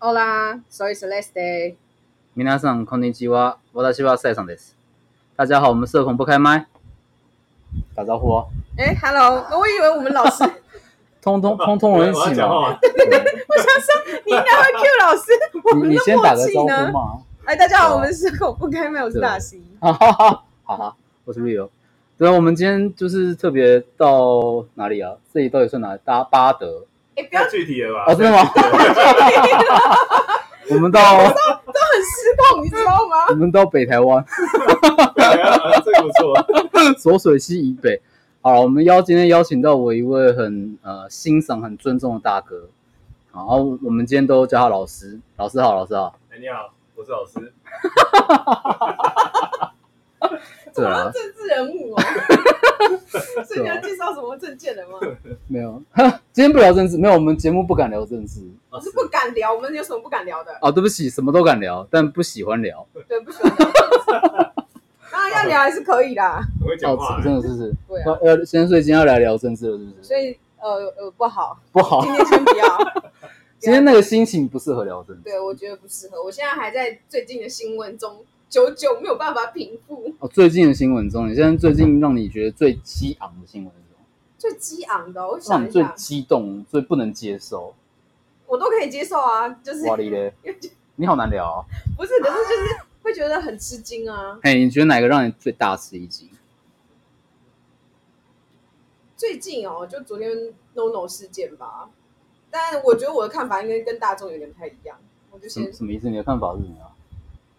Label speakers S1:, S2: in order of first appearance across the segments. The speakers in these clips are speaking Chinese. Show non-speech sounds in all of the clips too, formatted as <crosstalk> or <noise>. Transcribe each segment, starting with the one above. S1: Hola, soy Celeste。
S2: 皆さんこんにちは，私は塞尚です。大家好，我们社恐不开麦，打招呼哦，
S1: 哎，Hello，我以为我们
S2: <laughs>
S1: 老师，我
S2: 通通通通人一
S3: 我要
S2: 起
S3: 讲话
S2: 嘛
S3: 吗。
S2: 对
S1: 想说你应该会 Q 老师，我
S2: 你
S1: 们
S2: 你
S1: 的
S2: 先 <laughs> 打
S1: 默
S2: 个
S1: 契
S2: 招
S1: 呢
S2: 呼？ <laughs> 嘛。
S1: 哎，大家
S2: 对
S1: 好，
S2: 啊
S1: 我们是口不开麦，我是大西。
S2: 哈哈哈，哈哈，我是 Rio。对啊，我们今天就是特别到哪里啊？这里到底算哪里？大巴德
S1: 哎，不要
S3: 太具体了
S2: <laughs>
S3: 吧？
S2: 啊，真的吗？我们到
S1: 都很失控，你知道吗
S2: 我？们到北台湾，
S3: 对啊这个不错。
S2: 浊水溪以北。好了，我们邀今天邀请到我一位很呃欣赏、很尊重的大哥，然后我们今天都叫他老师，老师好，老师好。
S3: 哎，你好，我是老师。
S2: 对
S1: 好
S2: 啊
S1: 像，政治人物
S2: <laughs>
S1: 哦。所以你要介绍什么证件人吗？
S2: 没有， <laughs> 今天不聊政治，没有，我们节目不敢聊政治。
S1: 我是不敢聊，我们有什么不敢聊的？
S2: 哦，对不起，什么都敢聊，但不喜欢聊。
S1: 对，不喜
S2: <laughs>
S1: 欢聊政治。当然要聊还是可以啦，
S3: 很会讲话
S2: 哦，，真的是是，
S1: 对啊。
S2: 要要先所以今天要来聊政治了，是不是？
S1: 所以呃呃不好，
S2: 不好
S1: 今，天先不
S2: <laughs>
S1: 要。
S2: 今天那个心情不适合聊政治。
S1: 对，我觉得不适合。我现在还在最近的新闻中，久久没有办法平复。
S2: 哦，最近的新闻中，你现在最近让你觉得最激昂的新闻是什么？
S1: 最激昂的哦，我
S2: 让
S1: 想
S2: 你
S1: 一
S2: 最
S1: 下，
S2: 激动、最不能接受？
S1: 我都可以接受啊，就是
S2: 哇哩嘞，你好难聊哦。
S1: 不是，可是就是会觉得很吃惊啊。
S2: 哎，你觉得哪个让你最大吃一惊？
S1: 最近哦，就昨天 NONO 事件吧，但我觉得我的看法应该跟大众有点不太一样。我就
S2: 什
S1: 先
S2: 么什么意思？你的看法是什么样？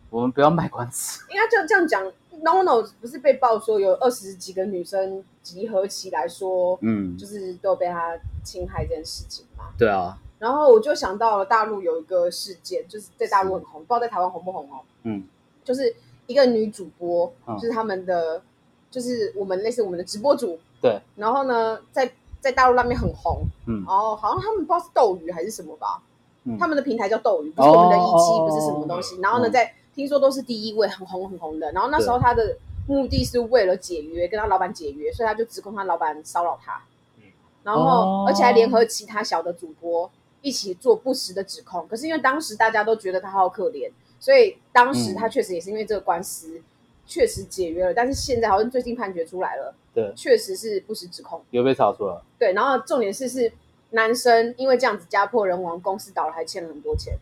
S2: 我们不要卖关子。 <laughs>
S1: 应该就这样讲，NONO 不是被爆说有二十几个女生集合起来说，
S2: 嗯
S1: 就，是都被他侵害这件事情嘛。
S2: 对啊，
S1: 然后我就想到了大陆有一个事件，就是在大陆很红，不知道在台湾红不红哦。
S2: 嗯，
S1: 就是一个女主播，
S2: 嗯
S1: 就是他们的，就是我们类似我们的直播主。
S2: 对。
S1: 然后呢，在在大陆那边很红，
S2: 嗯
S1: 然后好像他们不知道是斗鱼还是什么吧，
S2: 嗯
S1: 他们的平台叫斗鱼，不是我们的一期，
S2: 哦
S1: 不是什么东西。然后呢，
S2: 嗯
S1: 在听说都是第一位，很红很红的。然后那时候他的目的是为了解约，跟他老板解约，所以他就指控他老板骚扰他
S3: 嗯，
S1: 然后、
S2: 哦
S1: 而且还联合其他小的主播一起做不实的指控。可是因为当时大家都觉得他好可怜，所以当时
S2: 嗯
S1: 他确实也是因为这个官司确实解约了，但是现在好像最近判决出来了，
S2: 对，
S1: 确实是不实指控。
S2: 有被查出来。
S1: 对，然后重点是是男生因为这样子家破人亡，公司倒了还欠了很多钱。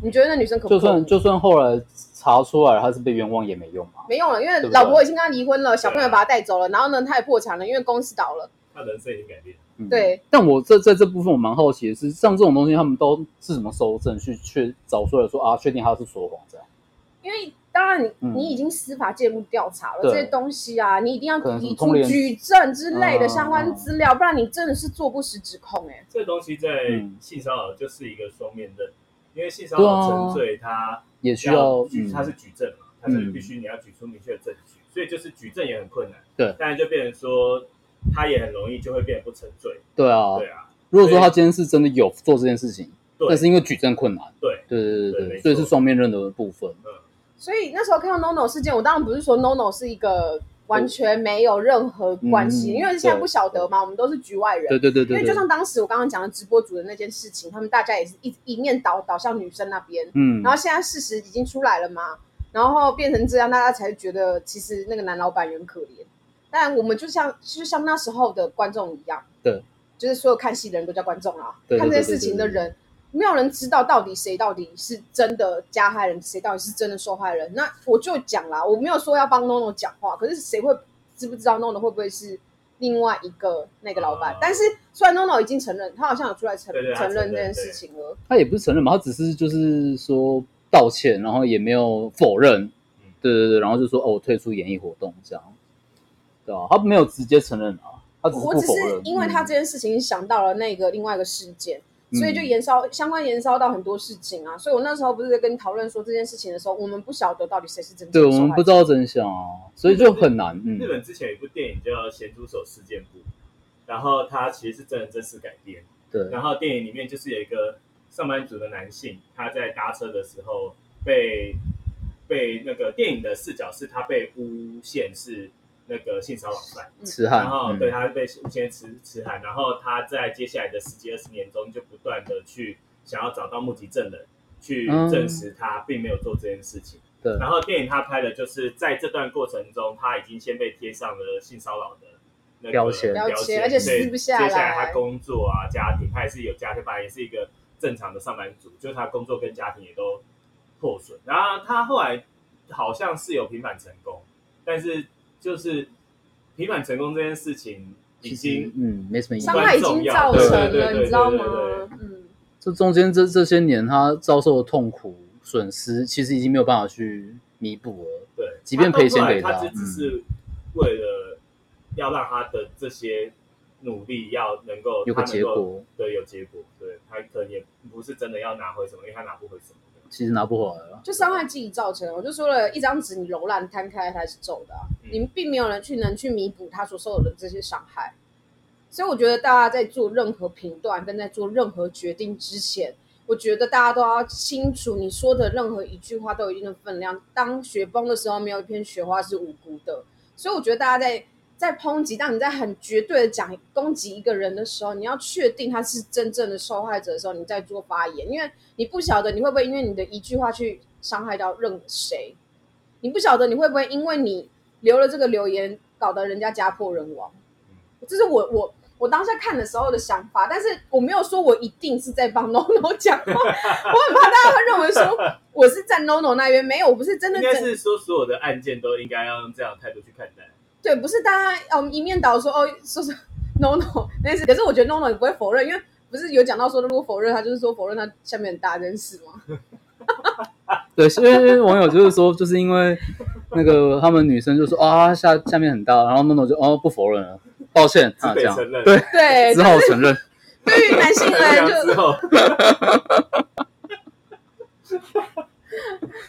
S1: 你觉得那女生可不
S2: 就
S1: 可
S2: 算
S1: 恶
S2: 就算后来查出来他是被冤枉也没用嘛。
S1: 没用了，因为
S2: 对不对
S1: 老婆已经跟他离婚了，小朋友把他带走了，然后呢，他也破产了，因为公司倒了。
S3: 他人生已经改变了。
S2: 嗯、
S1: 对。
S2: 但我这在这部分我蛮好奇的是，像这种东西他们都是怎么收证去确找出来说啊，确定他是说谎这样？
S1: 因为当然你、
S2: 嗯
S1: 你已经司法介入调查了
S2: 对
S1: 这些东西啊，你一定要
S2: 可能什么
S1: 提
S2: 通
S1: 出
S2: 联
S1: 举证之类的
S2: 嗯
S1: 相关资料，不然你真的是做不实指控哎、
S3: 这东西在
S2: 嗯
S3: 性骚扰就是一个双面刃，因为性骚
S2: 对啊
S3: 扰成罪，它
S2: 也需要
S3: 举，
S2: 嗯
S3: 它是举证嘛，它是
S2: 嗯
S3: 必须你要举出明确的证据，所以就是举证也很困难。
S2: 对
S3: 当然就变成说，他也很容易就会变成不成罪。
S2: 对啊。
S3: 对啊，
S2: 如果说他今天是真的有做这件事情，
S3: 对
S2: 但是因为举证困难，
S3: 对，
S2: 对对对
S3: 对没错
S2: 所以是双面刃的部分。
S1: 所以那时候看到 NONO 事件，我当然不是说 NONO 是一个完全没有任何关系，
S2: 嗯
S1: 因为现在不晓得嘛，我们都是局外人。
S2: 对对对
S1: 因
S2: 对
S1: 为就
S2: 对，
S1: 像当时我刚刚讲的直播组的那件事情，他们大家也是一一面倒倒向女生那边，
S2: 嗯，
S1: 然后现在事实已经出来了嘛，然后变成这样，大家才觉得其实那个男老板也很可怜。但我们就像就像那时候的观众一样，
S2: 对，
S1: 就是所有看戏的人都叫观众啦，
S2: 对对
S1: 看这件
S2: 对
S1: 事
S2: 对
S1: 情的
S2: 对对
S1: 人，没有人知道到底谁到底是真的加害人，谁到底是真的受害人。那我就讲啦，我没有说要帮 NONO 讲话，可是谁会知不知道 NONO 会不会是另外一个那个老板？
S3: 啊
S1: 但是虽然 NONO 已经承认，他好像有出来承
S3: 对对他
S1: 承认
S3: 承认
S1: 这件事
S3: 对
S1: 情了，
S2: 他也不是承认嘛，他只是就是说道歉，然后也没有否认
S3: 嗯，
S2: 对对对，然后就说哦，我退出演艺活动这样，对啊，他没有直接承认啊，他只是
S1: 我
S2: 不
S1: 只
S2: 否认
S1: 是，因为他这件事情想到了那个另外一个事件，
S2: 嗯
S1: 所以就延烧相关延烧到很多事情啊。所以我那时候不是在跟你讨论说这件事情的时候，我们不晓得到底谁是真正
S2: 对
S1: 的
S2: 我
S1: 受
S2: 们
S1: 害
S2: 不知
S1: 者。
S2: 道真相啊，所以就很难，嗯
S3: 日，本之前有一部电影叫《咸猪手事件簿》，然后它其实是真人真事改编。
S2: 对，
S3: 然后电影里面就是有一个上班族的男性，他在搭车的时候被被那个电影的视角是他被诬陷是那个性骚扰犯，
S2: 痴汉
S3: 然，后
S2: 嗯
S3: 对，他被诬陷痴痴汉，然后他在接下来的十几二十年中就不断的去想要找到目击证人，去
S2: 嗯
S3: 证实他并没有做这件事情。
S2: 对
S3: 然后电影他拍的就是在这段过程中，他已经先被贴上了性骚扰的那个
S2: 标签
S3: 标
S1: 标
S3: 签，
S1: 签而且
S3: 对
S1: 撕不下来
S3: 接下来他工作啊、家庭，他也是有家庭，本来也是一个正常的上班族，就是他工作跟家庭也都破损。然后他后来好像是有平反成功，但是就是平反成功这件事情已
S2: 其
S3: 经
S2: 实嗯没什么意义
S1: 伤。害已经造成
S2: 对
S3: 对对
S1: 了，
S3: 对
S1: 你知道吗
S3: 对对？
S1: 嗯，
S2: 这中间这这些年他遭受的痛苦损失，其实已经没有办法去弥补了。
S3: 对，
S2: 即便赔钱给
S3: 他
S2: 他嗯
S3: 到后来，只只是为了要让他的这些努力要能够
S2: 有个
S3: 他能够
S2: 结果
S3: 对，有结果，对他可能也不是真的要拿回什么，因为他拿不回什么的。
S2: 其实拿不回来了。
S1: 就伤害自己造成的。我就说了一张纸，你揉烂摊开它是皱的、啊，
S3: 嗯
S1: 你们并没有人去能去弥补他所受的这些伤害。所以我觉得大家在做任何评断跟在做任何决定之前，我觉得大家都要清楚，你说的任何一句话都有一定的分量。当雪崩的时候，没有一片雪花是无辜的。所以我觉得大家在在抨击，当你在很绝对的讲攻击一个人的时候，你要确定他是真正的受害者的时候，你再做发言，因为你不晓得你会不会因为你的一句话去伤害到任谁，你不晓得你会不会因为你留了这个留言，搞得人家家破人亡。这是我我我当下看的时候的想法，但是我没有说我一定是在帮 <laughs> NONO 讲话，我很怕大家会认为说我是站 NONO 那边，没有，我不是真的
S3: 应
S1: 整
S3: 该是说所有的案件都应该要用这样的态度去看待。
S1: 对，不是大家嗯一面倒说哦，说是 no no <laughs> 那是，可是我觉得 no no 也不会否认，因为不是有讲到说，如果否认他就是说否认他下面很大这件事
S2: <laughs>
S1: 吗？
S2: 对，因为因为网友就是说，就是因为那个他们女生就说啊下下面很大，然后诺诺就哦不否认了，抱歉
S3: 是
S2: 啊
S3: 得
S2: 这样，
S3: 承认
S2: 对，
S1: 对，
S2: 只好承认。
S1: 对于男性
S3: <laughs>
S1: 而言
S3: 这啊之
S1: 就 <laughs>
S3: 后，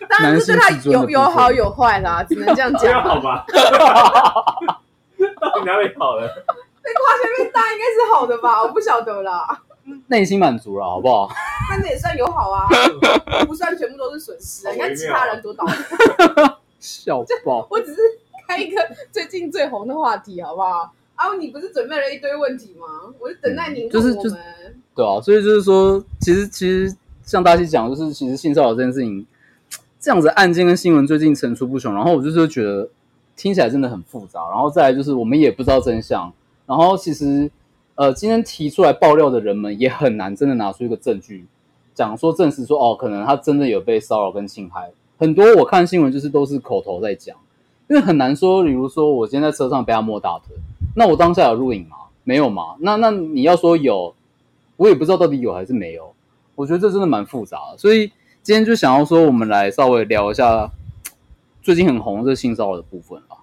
S1: 当然是对他
S2: 男性自
S1: 有
S2: 尊的部分
S1: 有好有坏啦，只能这样
S3: 这
S2: <laughs>
S3: 样
S1: 讲。
S3: 好吧？到底哪里好了？ <laughs>
S1: 被夸下面大应该是好的吧？我不晓得啦，
S2: 内心满足了，好不好？ <laughs>
S1: 但是也算有好啊，不算全部都是损失啊。
S3: 好
S1: 你
S3: 微妙啊
S1: 看其他人多倒霉，
S2: 笑爆！
S1: 我只是开一个最近最红的话题，好不好？啊，你不是准备了一堆问题吗？我就等待你
S2: 嗯就是
S1: 问我
S2: 就
S1: 们。
S2: 对啊，所以就是说，其实其实像大西讲，就是其实性骚扰这件事情，这样子案件跟新闻最近层出不穷，然后我就是觉得听起来真的很复杂，然后再来就是我们也不知道真相，然后其实呃今天提出来爆料的人们也很难真的拿出一个证据，讲说证实说哦，可能他真的有被骚扰跟侵害，很多我看新闻就是都是口头在讲，因为很难说，比如说我今天在车上被他摸大腿。那我当下有录影吗？没有吗？那那你要说有，我也不知道到底有还是没有。我觉得这真的蛮复杂的，所以今天就想要说，我们来稍微聊一下最近很红的这性骚扰的部分啦。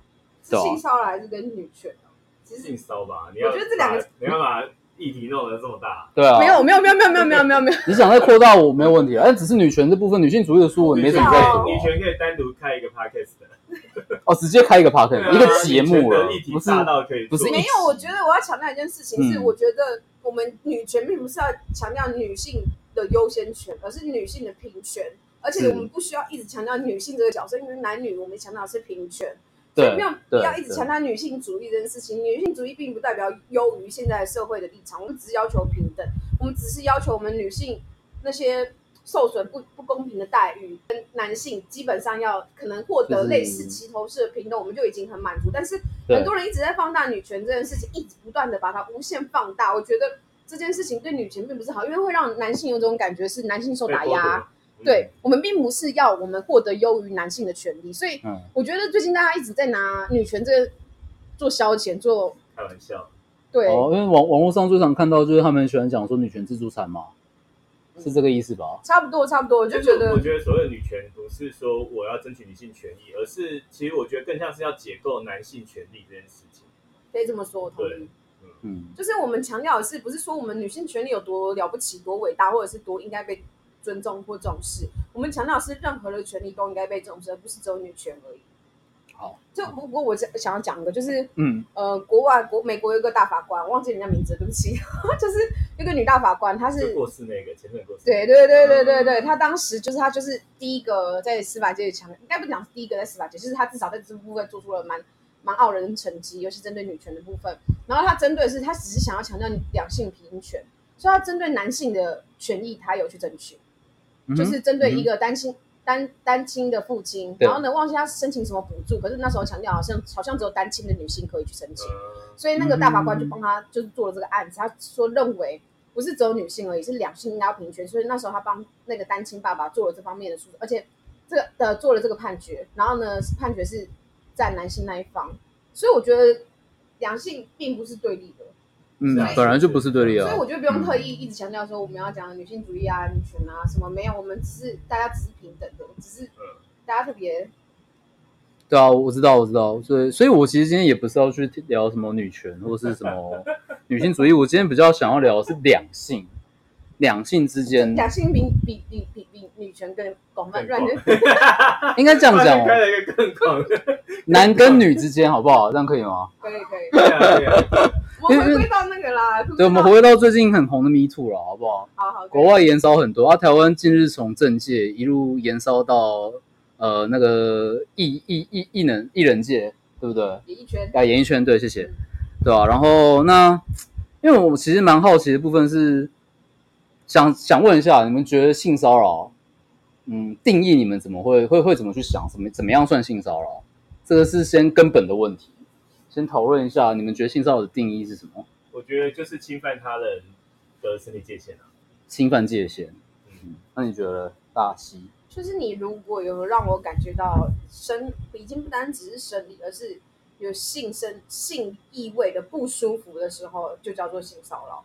S1: 是
S2: 对啊
S1: 性骚扰还是跟女权？哦其
S3: 性
S1: 实
S3: 骚吧？你要
S1: 我觉得这两个
S3: 把你要把议题弄得这么大，
S2: 对啊，
S1: 没有，没有，没有，没有，没有，没有，没有，没有。
S2: 你想再扩大我没有问题啊，但只是女权这部分，女性主义的书我也没什么在读、
S3: 女
S2: 啊、
S3: 权可以单独开一个 podcast 的，
S2: 哦，直接开一个 p o c k e
S3: 对啊
S2: t 一个节目了
S3: 女权的议，题
S2: 不是
S3: 大到可以
S2: 不是
S3: 做
S1: 没有，我觉得我要强调一件事情是，
S2: 嗯
S1: 我觉得我们女权并不是要强调女性的优先权，而是女性的平权。而且
S2: 是
S1: 我们不需要一直强调女性这个角色，因为男女我们强调的是平权，所以
S2: 对
S1: 没有必
S2: 对
S1: 要一直强调女性主义这件事情。女性主义并不代表优于现在的社会的立场，我们只是要求平等，我们只是要求我们女性那些受损不不公平的待遇，跟男性基本上要可能获得
S2: 就是
S1: 类似齐头式的平等，我们就已经很满足。但是
S2: 对
S1: 很多人一直在放大女权这件事情，一直不断的把它无限放大。我觉得这件事情对女权并不是好，因为会让男性有种感觉是男性受
S3: 被
S1: 打
S3: 剥
S1: 压。
S3: 夺。嗯
S1: 对，我们并不是要我们获得优于男性的权利，所以
S2: 嗯，
S1: 我觉得最近大家一直在拿女权这个做消遣，做
S3: 开玩笑，
S1: 对、
S2: 哦，因为网网络上最常看到就是他们喜欢讲说女权自助餐嘛，是这个意思吧？
S1: 差不多差不多，我就觉
S3: 是
S1: 得
S3: 我觉得所谓的女权不是说我要争取女性权益，而是其实我觉得更像是要解构男性权利这件事情。
S1: 可以这么说，我同
S3: 对
S1: 意。
S2: 嗯，
S1: 就是我们强调的是，不是说我们女性权利有多了不起、多伟大，或者是多应该被尊重或重视。我们强调的是任何的权利都应该被重视，而不是只有女权而已。
S2: 好，
S1: 就不过我想想要讲一个，就是
S2: 嗯，
S1: 呃，国外国美国有一个大法官，忘记人家名字了，对不起， <laughs> 就是有一个女大法官，她
S3: 就是过世那个前阵过世，
S1: 对对对对对对，
S3: 嗯
S1: 他当时就是他就是第一个在司法界强，应该不讲是第一个在司法界，就是他至少在这部分做出了蛮蛮傲人的成绩，尤其针对女权的部分。然后他针对的是他只是想要强调两性平权，所以他针对男性的权益他有去争取。
S2: 嗯哼
S1: 就是针对一个单亲、单单亲的父亲，
S2: 对
S1: 然后呢忘记他申请什么补助，可是那时候强调好像好像只有单亲的女性可以去申
S2: 嗯
S1: 请，
S3: 呃
S1: 所以那个大法官就帮他就是做了这个案子，他说认为不是只有女性而已，是两性应该要平权，所以那时候他帮那个单亲爸爸做了这方面的诉讼，而且这个呃做了这个判决，然后呢判决是在男性那一方，所以我觉得两性并不是对立的，
S2: 嗯
S3: 是啊，
S2: 本来就不是对立啊
S1: 所以。我觉得不用特意
S3: 嗯
S1: 一直强调说我们要讲女性主义啊、女权啊什么，没有，我们只是大家只是平等的，只是
S3: 嗯
S1: 大家特别
S2: 对啊，我知道，我知道，所以，所以我其实今天也不是要去聊什么女权或是什么女性主义，我今天比较想要聊的是两性，两性之间
S1: 两性比比比比比女权更广泛，
S3: 更
S1: 让
S3: 广
S1: 人
S2: 应该这样讲
S3: 开
S2: 哦，
S3: 了一个更广的，
S2: <laughs> 男跟女之间好不好？这样可以吗？
S1: 可以可以，
S3: 对啊对啊
S1: 我们回归到那个啦，
S2: 对，我们
S1: 回
S2: 回到最近很红的 Me Too 了，好不好？
S1: 好好
S2: 国外延烧很多，啊，台湾近日从政界一路延烧到呃那个艺艺艺艺能艺人界，对不对？
S1: 演艺圈
S2: 啊，演艺圈对，谢谢
S1: 嗯，
S2: 对啊，然后那因为我其实蛮好奇的部分是，想想问一下，你们觉得性骚扰，嗯，定义你们怎么会会会怎么去想，怎么怎么样算性骚扰？这个是先根本的问题，先讨论一下，你们觉得性骚扰的定义是什么？
S3: 我觉得就是侵犯他人的身体界限啊。
S2: 侵犯界限，
S3: 嗯，
S2: 那你觉得大西？
S1: 就是你如果有让我感觉到生已经不单只是生理，而是有性生性意味的不舒服的时候，就叫做性骚扰。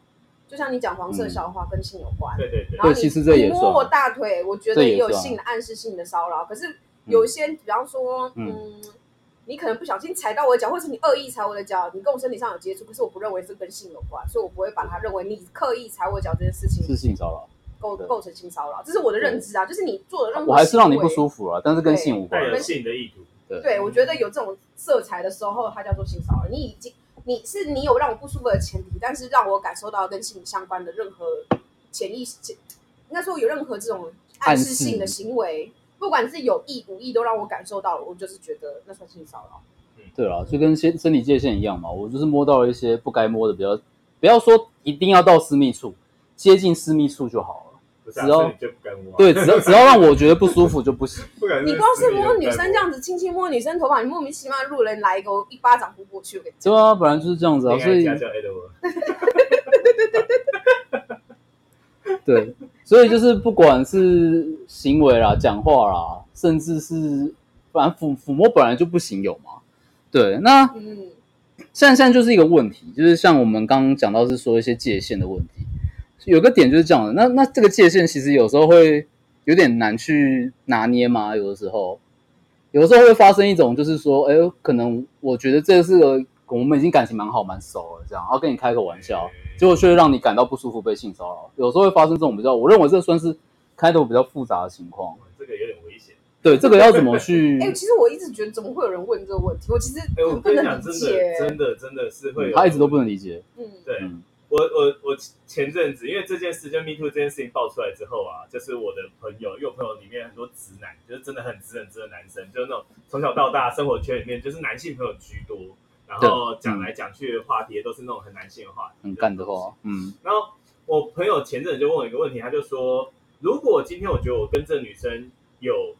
S1: 就像你讲黄色
S2: 嗯
S1: 笑话跟性有关，
S3: 对对对
S1: 然，后
S2: 对其实这
S1: 你
S2: 也
S1: 你摸
S2: 算
S1: 我大腿，我觉得
S2: 这也
S1: 也有
S2: 算
S1: 性的暗示性的骚扰。可是有些，比方说，
S2: 嗯
S1: 嗯，你可能不小心踩到我的脚，或是你恶意踩我的脚，你跟我身体上有接触，可是我不认为这跟性有关，所以我不会把它认为你刻意踩我脚这件事情
S2: 是性骚扰，
S1: 构
S2: 对
S1: 构成性骚扰，这是我的认知啊。就是你做的任何，
S2: 我还是让你不舒。服啊了，但是跟性无关
S3: 带。有性的意图，
S1: 对，我觉得有这种色彩的时候，它叫做性骚扰。你已经你是你有让我不舒服的前提，但是让我感受到跟性相关的任何潜意识，潜应该说有任何这种暗示性的行为，不管是有意无意，都让我感受到了，我就是觉得那算性骚扰。
S2: 对啊，就跟身身体界限一样嘛，我就是摸到了一些不该摸的，比较不要说一定要到私密处，接近私密处就好了。
S3: 不是啊，
S2: 只要
S3: 这你就不敢摸
S2: 哦
S3: 啊。
S2: <laughs> 对，只要只要让我觉得不舒服就不行。
S3: <laughs> 不敢。
S1: 你光是摸女生这样子轻轻摸女生头发，你莫名其妙路人来一个我一巴掌呼过去，我跟你
S2: 对啊，本来就是这样子啊，所以
S3: 家教 Edward，
S2: 对，所以就是不管是行为啦、讲话啦，甚至是反正抚抚摸本来就不行有嘛。对，那
S1: 讲，嗯，
S2: 现在现在就是一个问题，就是像我们刚刚讲到是说一些界限的问题，有个点就是这样的。那那这个界限其实有时候会有点难去拿捏嘛，有的时候，有的时候会发生一种就是说，哎，可能我觉得这是个我们已经感情蛮好蛮熟了，这样，然后跟你开个玩笑，结果却让你感到不舒服被性骚扰，有时候会发生这种比较，我认为这算是开头比较复杂的情况。
S3: 这个有点危险。
S2: 对，这个要怎么去
S1: 哎、？其实我一直觉得怎么会有人问这个问题，我其实
S3: 哎，我
S1: 很不
S3: 跟你
S1: 能
S3: 讲，
S1: 理
S3: 真
S1: 解
S3: 的，，真的，真的是会有。
S2: 他一直都不能理解。
S1: 嗯，
S3: 对，
S2: 嗯
S3: 我我我前阵子因为这件事，就 Me Too 这件事情爆出来之后啊，就是我的朋友，因为我朋友里面很多直男，就是真的很直很直的男生，就是那种从小到大生活圈里面就是男性朋友居多，然后讲来讲去的话题也都是那种很男性的话题，
S2: 嗯很干的话，嗯
S3: 然后我朋友前阵子就问我一个问题，他就说，如果今天我觉得我跟这女生有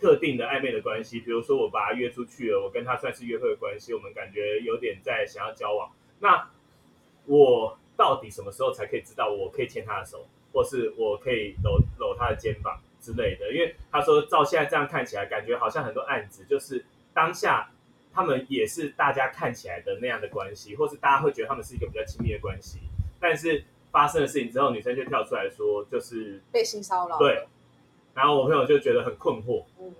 S3: 特定的暧昧的关系，比如说我把她约出去了，我跟她算是约会的关系，我们感觉有点在想要交往，那我到底什么时候才可以知道我可以牵她的手，或是我可以搂搂她的肩膀之类的？因为他说照现在这样看起来，感觉好像很多案子就是当下。他们也是大家看起来的那样的关系，或是大家会觉得他们是一个比较亲密的关系，但是发生的事情之后，女生就跳出来说，就是
S1: 被性骚扰，
S3: 对，然后我朋友就觉得很困惑，
S1: 嗯，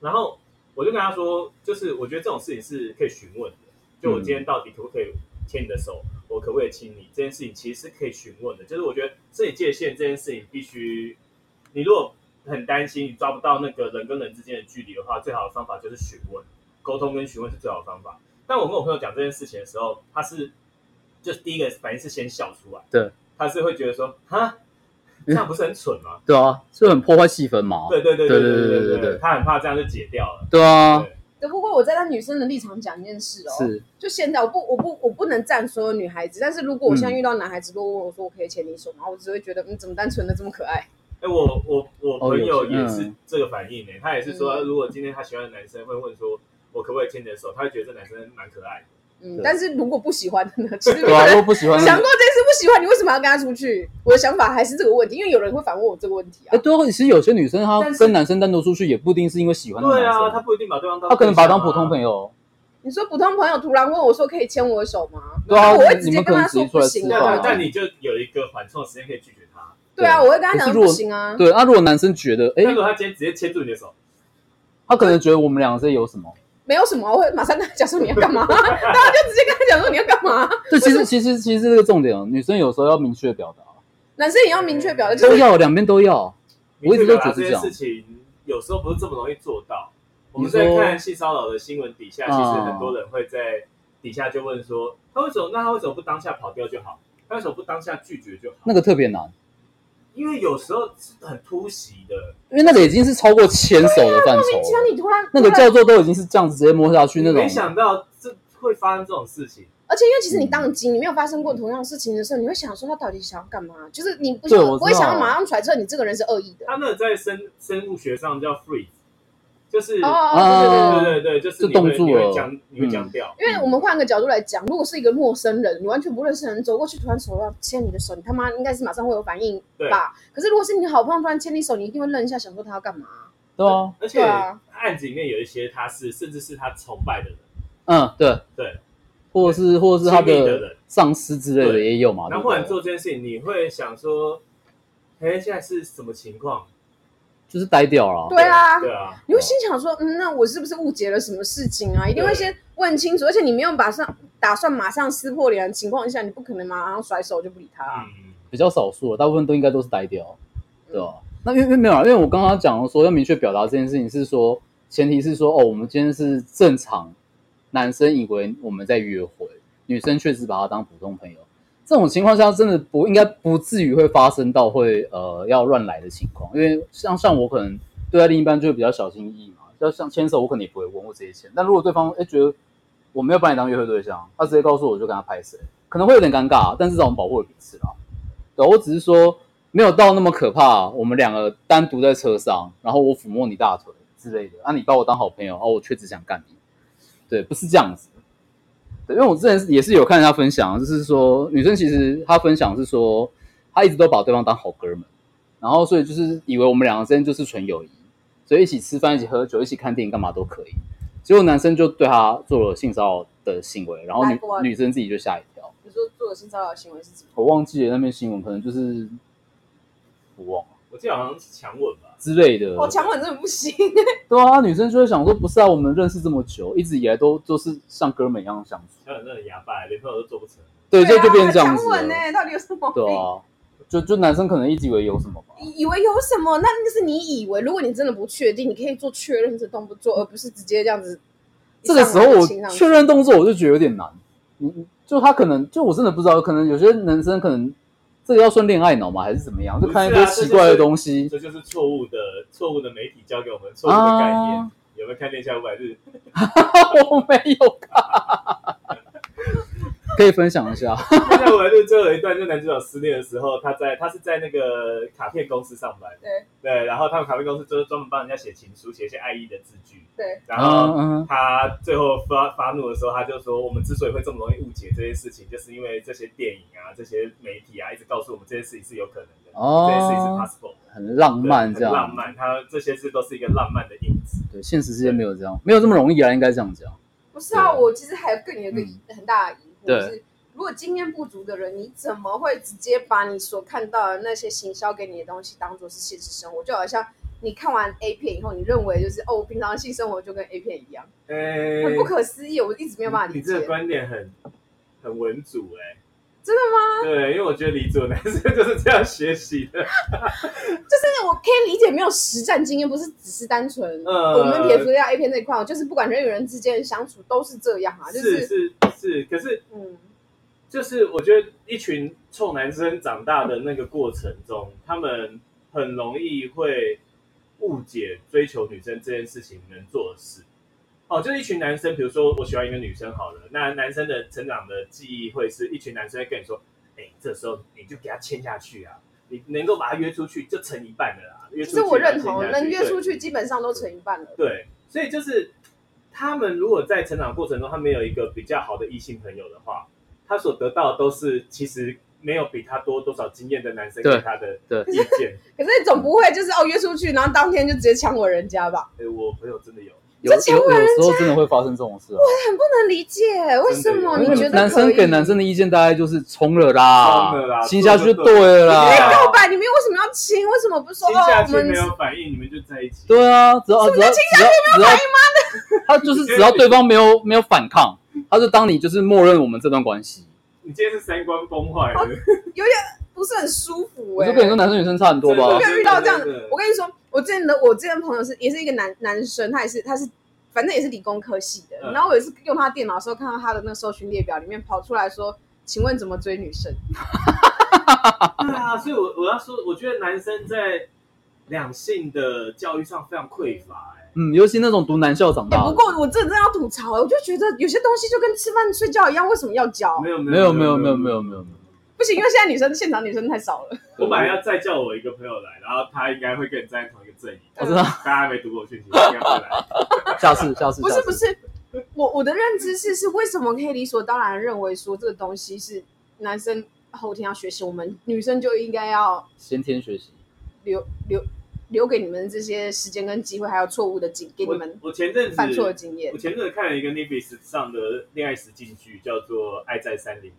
S3: 然后我就跟他说，就是我觉得这种事情是可以询问的，就
S2: 嗯
S3: 我今天到底可不可以牵你的手，我可不可以亲你，这件事情其实是可以询问的，就是我觉得这里界限这件事情必须，你如果很担心你抓不到那个人跟人之间的距离的话，最好的方法就是询问，沟通跟询问是最好的方法。但我跟我朋友讲这件事情的时候，他是就是第一个反应是先笑出来，
S2: 对，
S3: 他是会觉得说，
S2: <laughs>
S3: 哈，这样不是很蠢吗？
S2: 对啊，就很破坏气氛嘛。
S3: 对对对
S2: 对
S3: 对
S2: 对对
S3: 对
S2: 对对
S3: 他很怕这样就解掉了。
S2: 对啊，
S3: 对
S1: 对，不过我站在女生的立场讲一件事哦，
S2: 是
S1: 就现在我不我不我不能站所有女孩子，但是如果我现在
S2: 嗯
S1: 遇到男孩子，如果问我说我可以牵你手吗，我只会觉得嗯，怎么单纯的这么可爱？
S3: 哎，我我我
S2: 哦
S3: 朋
S2: 有
S3: 友
S2: 些
S3: 也
S2: 嗯
S3: 是这个反应呢、他也是说，
S1: 嗯
S3: 如果今天他喜欢的男生会问说，我可不可以牵你的手，他会觉得这男生蛮可爱的。
S1: 嗯，
S2: 对
S1: 但是如果不喜欢的呢，其实每
S2: 对啊，
S1: 个
S2: 如
S1: 人
S2: 果不喜欢，
S1: 想过这次不喜欢，你为什么要跟他出去？我的想法还是这个问题，因为有人会反问我这个问题
S2: 哎，
S1: 啊。
S2: 对啊，其实有些女生她
S3: 但是
S2: 跟男生单独出去，也不一定是因为喜欢那个
S3: 对
S2: 男
S3: 啊，他
S2: 生，
S3: 不一定啊把对方当、
S2: 她可能把他当普通朋
S3: 友。
S2: 友。
S1: 你说普通朋友突然问我说可以牵我的手吗？
S2: 对啊
S1: 我会，直
S2: 你
S1: 接
S2: 们
S1: 跟
S2: 可
S1: 他
S2: 能直
S1: 说
S2: 接出
S1: 不
S2: 来
S1: 行
S2: 吃
S3: 但
S2: 饭
S1: 啊
S2: 啊。
S3: 但你就有一个缓冲的时间可以拒绝他。
S1: 对啊，我会跟他
S2: 可
S1: 讲
S2: 是如果
S1: 不行啊。
S2: 对，那如果男生觉得，哎
S3: 但，如果他今天直接牵住你的手，
S2: 他可能觉得我们两个在有什么？
S1: 没有什么，我会马上跟他讲说你要干
S2: <laughs>
S1: 嘛，然后就直接跟他讲说你要干嘛。
S2: 对，其实其实其实这个重点哦，女生有时候要明确表达，
S1: 男生也要明确表达，就
S2: 都
S1: 是
S2: 要两边都要。我一直都觉得
S3: 这
S2: 是这
S3: 件
S2: 样
S3: 事情有时候不是这么容易做到。我
S2: 你
S3: 们
S2: 说
S3: 在看性骚扰的新闻底下，其实
S2: 嗯
S3: 很多人会在底下就问说，他为什么？那他为什么不当下跑掉就好？他为什么不当下拒绝就好？
S2: 那个特别难，
S3: 因为有时候是很突袭的，
S2: 因为那个已经是超过牵手的范畴
S1: 莫名其妙
S2: 了。
S1: 你突然
S2: 那个
S1: 突然
S2: 叫做都已经是这样子直接摸下去那种
S3: 没，想到这会发生这种事情。
S1: 而且因为其实你当机，你没有发生过同样的事情的时候，你会想说他到底想要干嘛？就是你不
S2: 对
S1: 想
S2: 我知道
S1: 不会想要马上揣测你这个人是恶意的。
S3: 他那个在生生物学上叫 freeze，就是、
S1: 哦
S2: 啊
S1: 哦，对对对对。
S3: 对对对，就
S2: 就
S3: 是你会
S2: 冻住
S3: 你会
S2: 了
S3: 僵，你会僵
S2: 嗯
S3: 掉。
S1: 因为我们换个角度来讲，如果是一个陌生人，你完全不认识的人走过去，突然手要牵你的手，你他妈应该是马上会有反应
S3: 对
S1: 吧？可是如果是你的好朋友突然牵你手，你一定会愣一下，想说他要干嘛？
S2: 对啊，
S3: 而且
S1: 对啊
S3: 案子里面有一些他是甚至是他崇拜的人。
S2: 嗯，对
S3: 对，
S2: 或者是或者是他
S3: 亲密的人
S2: 的上司之类的
S3: 对
S2: 也有嘛，对
S3: 然后
S2: 不
S3: 忽然
S2: 对？
S3: 做这件事情，你会想说，哎，现在是什么情况？
S2: 就是呆掉了，
S1: 对啊，
S3: 对啊，
S2: 哦
S1: 你会心想说，嗯，那我是不是误解了什么事情啊？一定会先问清楚，而且你没有马上打算马上撕破脸的情况下，你不可能马上甩手就不理他、啊。
S3: 嗯，
S2: 比较少数了，大部分都应该都是呆掉，对吧？那因为因为没有啊，因为我刚刚讲说要明确表达这件事情是说，前提是说哦，我们今天是正常，男生以为我们在约会，女生确实把他当普通朋友，这种情况下真的不应该不至于会发生到会呃要乱来的情况，因为像像我可能对待另一半就会比较小心翼翼嘛，要像牵手我可能也不会问，我直接牵。但如果对方哎觉得我没有把你当约会对象，他直接告诉我我就跟他拍谁，可能会有点尴尬，但至少我们保护了彼此啦。对，我只是说没有到那么可怕，我们两个单独在车上，然后我抚摸你大腿之类的，啊你把我当好朋友，啊我却只想干你，对，不是这样子。对，因为我之前也是有看人家分享，就是说女生其实她分享是说，她一直都把对方当好哥们，然后所以就是以为我们两个之间就是纯友谊，所以一起吃饭、一起喝酒、一起看电影，干嘛都可以。结果男生就对她做了性骚扰的行为，然后
S1: 来
S2: 女
S1: 过
S2: 女生自己就吓一跳。
S1: 你说做了性骚扰的行为是怎么？
S2: 我忘记了那篇新闻，可能就是我忘了
S3: 我记得好像是强吻吧，
S2: 之类的。
S1: 我哦强吻真的不行，
S2: 对啊，女生就会想说，不是啊，我们认识这么久，一直以来都都是像哥们一样相处。
S3: 强吻真的哑巴，连朋友都做不成。
S2: 对，就
S1: 啊
S2: 就变成这样子
S1: 强吻呢、
S2: 了。
S1: 到底有什么毛病？
S2: 对啊，就就男生可能一直以为有什么吧。
S1: 以以为有什么？那那是你以为。如果你真的不确定，你可以做确认这动作，而不是直接这样子一
S2: 这
S1: 上
S2: 个
S1: 来
S2: 时
S1: 就
S2: 候我
S1: 亲上去。
S2: 确认动作，我就觉得有点难。你你就他可能就我真的不知道，可能有些男生可能这个要算恋爱脑吗，还是怎么样？就看一
S3: 不是
S2: 堆
S3: 啊
S2: 奇怪的东西
S3: 这就是错误的错误的媒体教给我们错误的概念。
S2: 啊
S3: 有没有看《恋下五百日》？
S2: <laughs> 我没有看， <laughs> 可以分享一下。
S3: 《恋下五百日》最后一段，就男主角失恋的时候，他在他是在那个卡片公司上班，
S1: 对
S3: 对，然后他们卡片公司就是专门帮人家写情书，写一些爱意的字句，
S1: 对，
S3: 然后
S2: 嗯嗯
S3: 他最后发发怒的时候，他就说：“我们之所以会这么容易误解这些事情，就是因为这些电影啊、这些媒体啊，一直告诉我们这些事情是有可能的，
S2: 哦
S3: 这些事情是 possible 的，
S2: 很浪漫
S3: 对
S2: 这样，
S3: 很浪漫。他这些事都是一个浪漫的因子。
S2: 对，现实世界没有这样，没有这么容易啊，应该这样讲。
S1: 不是啊，
S2: 对
S1: 我其实还有更有一个疑
S3: 嗯
S1: 很大的疑惑，
S2: 对
S1: 就是如果经验不足的人，你怎么会直接把你所看到的那些行销给你的东西当做是现实生活？就好像你看完 A 片以后，你认为就是哦，我平常的性生活就跟 A 片一样，
S3: 哎，
S1: 很不可思议，我一直没有办法
S3: 你
S1: 理
S3: 你这个
S1: 解。
S3: 观点很很文主哎、
S1: 真的吗？
S3: 对，因为我觉得李主男生就是这样学习的。
S1: 就是我可以理解没有实战经验，不是只是单纯。
S3: 呃
S1: 我们撇除掉 A 片这一块，就是不管人与人之间的相处都是这样啊，就是
S3: 是是，可是
S1: 嗯，
S3: 就是我觉得一群臭男生长大的那个过程中，他们很容易会误解追求女生这件事情能做的事。哦，就是一群男生，比如说我喜欢一个女生好了，那男生的成长的记忆会是一群男生会跟你说，哎、这时候你就给她牵下去啊，你能够把他约出去就成一半的啦。约
S1: 其
S3: 出
S1: 实
S3: 去
S1: 我
S3: 啊
S1: 认同，
S3: 成一半
S1: 能
S3: 对
S1: 约出去基本上都成一半了。
S3: 对，所以就是他们如果在成长过程中，他没有一个比较好的异性朋友的话，他所得到的都是其实没有比他多多少经验的男生给
S2: 对
S3: 他的
S2: 对
S3: 意见。
S1: 可是总不会就是哦约出去，然后当天就直接强吻人家吧？
S3: 哎，我朋友真的有，
S2: 有有
S1: 这千万人
S2: 有时候真的会发生这种事啊，
S1: 很不能理解，为什么
S3: 真
S1: 你
S3: 的有
S1: 觉得
S2: 男生
S1: 可以
S2: 给男生的意见大概就是冲了啦，
S3: 冲了啦
S2: 亲下去就
S3: 做就对
S2: 对了
S1: 你
S2: 啦
S1: 在，告白里面为什么要亲？为什么不说
S3: 亲
S1: 哦
S3: 下
S1: 我
S3: 去
S1: 们
S3: 没有反应，你们就在一起。
S2: 对啊，只要
S1: 什么
S2: 只
S1: 叫
S2: 要只要只要， <laughs> 他就是只要对方没有没有反抗，他就当你就是默认我们这段关系。
S3: 你今天是三观崩坏了，
S1: 不是很舒服
S2: 我
S1: 哎、
S2: 就跟你说，男生女生差很多吧
S1: 我
S3: 真？的
S1: 跟遇到这样
S3: 真的，
S1: 我跟你说，我之前的我之前的朋友是也是一个男男生，他也是他是反正也是理工科系的。
S3: 嗯
S1: 然后我有一次用他的电脑的时候，看到他的那个搜寻列表里面跑出来说：“请问怎么追女生
S3: 对啊，所以我我要说，我觉得男生在两性的教育上非常匮乏、哎，
S2: 嗯，尤其那种读男校长？”
S1: 哎、
S2: 大的，
S1: 不过我真的真的要吐槽、欸我就觉得有些东西就跟吃饭睡觉一样，为什么要教？
S3: 没有
S2: 没有没有没有没有没有没有，
S1: 不行，因为现在女生现场女生太少了。
S3: 我本来要再叫我一个朋友来，然后他应该会跟你站在同一个阵营。
S2: 我知道，
S3: 大家还没读过讯息，应该会来。
S2: 下次下次
S1: 不
S2: 下
S1: 是
S2: 次
S1: 不是，我我的认知是是为什么可以理所当然认为说这个东西是男生后天要学习，我们女生就应该要
S2: 先天学习，
S1: 留留留给你们这些时间跟机会，还有错误的经给你
S3: 我
S1: 们
S3: 我前阵子
S1: 犯错的经验
S3: 我。前阵子看了一个 n i b i s 上的恋爱实境剧，叫做《爱在三零零》。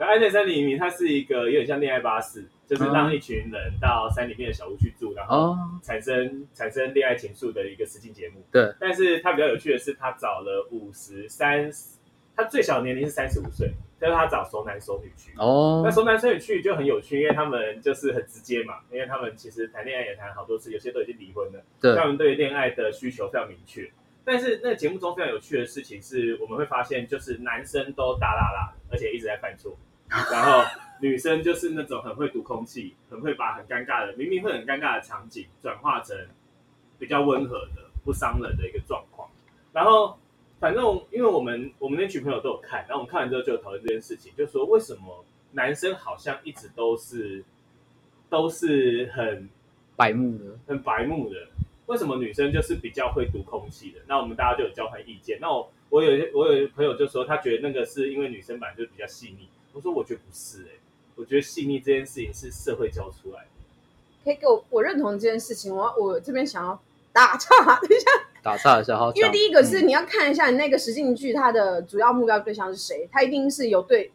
S3: 那《爱在三零零》它是一个有点像恋爱巴士，就是让一群人到山里面的小屋去住，然后
S2: 啊，
S3: 产生产生恋爱情愫的一个实境节目。
S2: 对，
S3: 但是它比较有趣的是，它找了五十三，它最小的年龄是三十五岁，但是它找熟男熟女去。
S2: 哦
S3: 那，熟男生女去就很有趣，因为他们就是很直接嘛，因为他们其实谈恋爱也谈好多次，有些都已经离婚了，
S2: 对
S3: 他们对恋爱的需求非常明确。但是那个节目中非常有趣的事情是，我们会发现就是男生都大大大，而且一直在犯错，然后女生就是那种很会读空气，很会把很尴尬的明明会很尴尬的场景转化成比较温和的、不伤人的一个状况。然后反正因为我们我们那群朋友都有看，然后我们看完之后就有讨论这件事情，就说为什么男生好像一直都是都是很
S2: 白目的，
S3: 很白目的，为什么女生就是比较会读空气的？那我们大家就有交换意见。那我我有一我有一个朋友就说，他觉得那个是因为女生本来就比较细腻。我说我觉得不是哎、我觉得细腻这件事情是社会教出来的。
S1: 可以给我我认同这件事情，我我这边想要打岔，等一下，
S2: 打岔一下哈，
S1: 因为
S2: 讲
S1: 第一个是
S3: 嗯
S1: 你要看一下你那个实境剧它的主要目标对象是谁，它一定是有对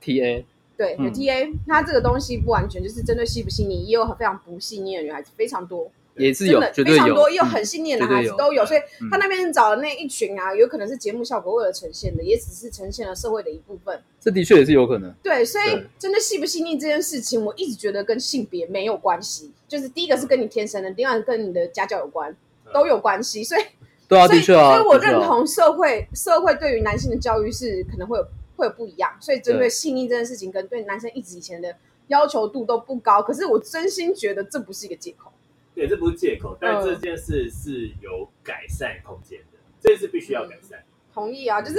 S2: T A，
S1: 对，有
S2: 嗯
S1: TA，它这个东西不完全就是针对细不细腻，也有非常不细腻的女孩子，非常多，
S2: 也是
S1: 真
S2: 有
S1: 的，
S2: 绝
S1: 非
S2: 对
S1: 常
S2: 有，
S1: 多，也有
S2: 嗯
S1: 很细腻的
S2: 绝
S1: 男孩
S2: 对
S1: 子
S2: 有
S1: 都有，所以
S2: 嗯
S1: 他那边找的那一群啊，有可能是节目效果为了呈现的，也只是呈现了社会的一部分。
S2: 这的确也是有可能，
S1: 对，所以
S2: 对
S1: 针对细不细腻这件事情，我一直觉得跟性别没有关系，就是第一个是跟你天生的，第二个跟你的家教有关，都有关系。所以，
S2: 对嗯啊，
S1: 所
S2: 的
S1: 以，
S2: 确啊，
S1: 所以我
S2: 的确啊
S1: 认，同社会社会对于男性的教育是可能会有会有不一样，所以针对
S2: 对
S1: 细腻这件事情跟对男生一直以前的要求度都不高。可是我真心觉得这不是一个借口，
S3: 对，这不是借口，但
S1: 嗯
S3: 这件事是有改善空间的，这是必须要改善。
S1: 同意啊，就是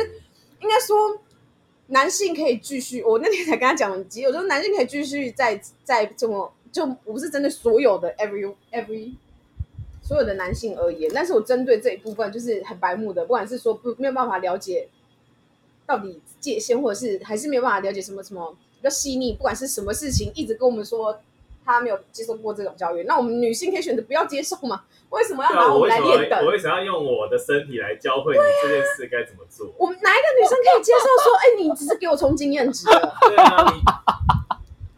S1: 应该说男性可以继续，我那天才跟他讲几，我说男性可以继续在在这么就我不是针对所有的 every every 所有的男性而言，但是我针对这一部分就是很白目的，不管是说不没有办法了解到底界限，或者是还是没有办法了解什么什么比较细腻，不管是什么事情，一直跟我们说。他没有接受过这种教育，那我们女性可以选择不要接受嘛？为什么要
S3: 对啊，
S1: 拿
S3: 我
S1: 我们
S3: 为
S1: 来
S3: 什
S1: 练
S3: 么
S1: 等？
S3: 我为什么要用我的身体来教会你这件事该怎么做？
S1: 我们哪一个女生可以接受说，哎、你只是给我充经验值的？
S3: 对啊，
S1: <laughs>
S3: 你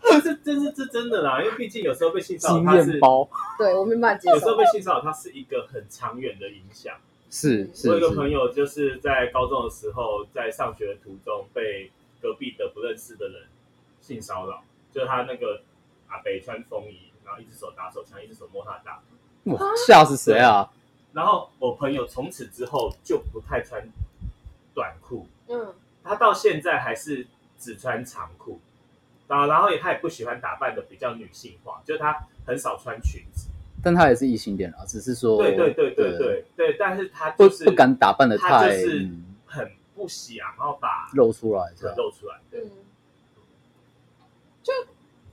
S3: 这是这是这真的啦，因为毕竟有时候被性骚
S2: 经
S3: 扰，它
S2: 验
S3: 是
S2: 包
S1: 对我没办法接
S3: 有时候
S1: 受。
S3: 被性骚扰，它是一个很长远的影响。
S2: 是是
S3: 我有一个
S2: 是
S3: 朋友就是在高中的时候，在上学的途中被隔壁的不认识的人性骚扰，就是他那个阿北穿风衣，然后一只手打手枪，一只手摸他的大腿。
S2: 哇，吓死谁啊？
S3: 然后我朋友从此之后就不太穿短裤，
S1: 嗯，
S3: 他到现在还是只穿长裤，啊，然后也他也不喜欢打扮的比较女性化，就是他很少穿裙子。
S2: 但他也是异性恋啊，只是说
S3: 对对对对对对，但是他
S2: 不
S3: 就是
S2: 哦不敢打扮的
S3: 他就
S2: 太、
S3: 是
S2: 嗯啊
S3: 很不想要把
S2: 露出来，
S1: 嗯
S2: 这
S3: 腿
S2: 样
S3: 露出来。
S1: 嗯，就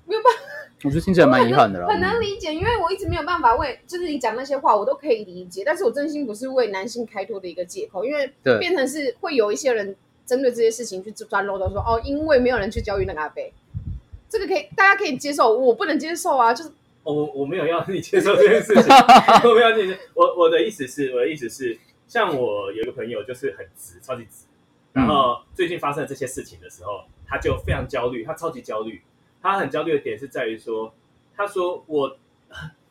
S1: 没有办法，
S2: 我觉得听起来蛮遗憾的啦。
S1: 很能
S2: 嗯
S1: 理解，因为我一直没有办法为，就是你讲那些话，我都可以理解，但是我真心不是为男性开脱的一个借口，因为
S2: 嗯对
S1: 变成是会有一些人针对这些事情去钻漏洞，说哦，因为没有人去教育那个阿贝，这个可以大家可以接受，我不能接受啊，就是
S3: 哦，我我没有要你接受这件事情， <laughs> 我没有要你接受。我我的意思是，我的意思是，像我有一个朋友就是很直，超级直。
S2: 嗯
S3: 然后最近发生这些事情的时候，他就非常焦虑，他超级焦虑。他很焦虑的点是在于说，他说我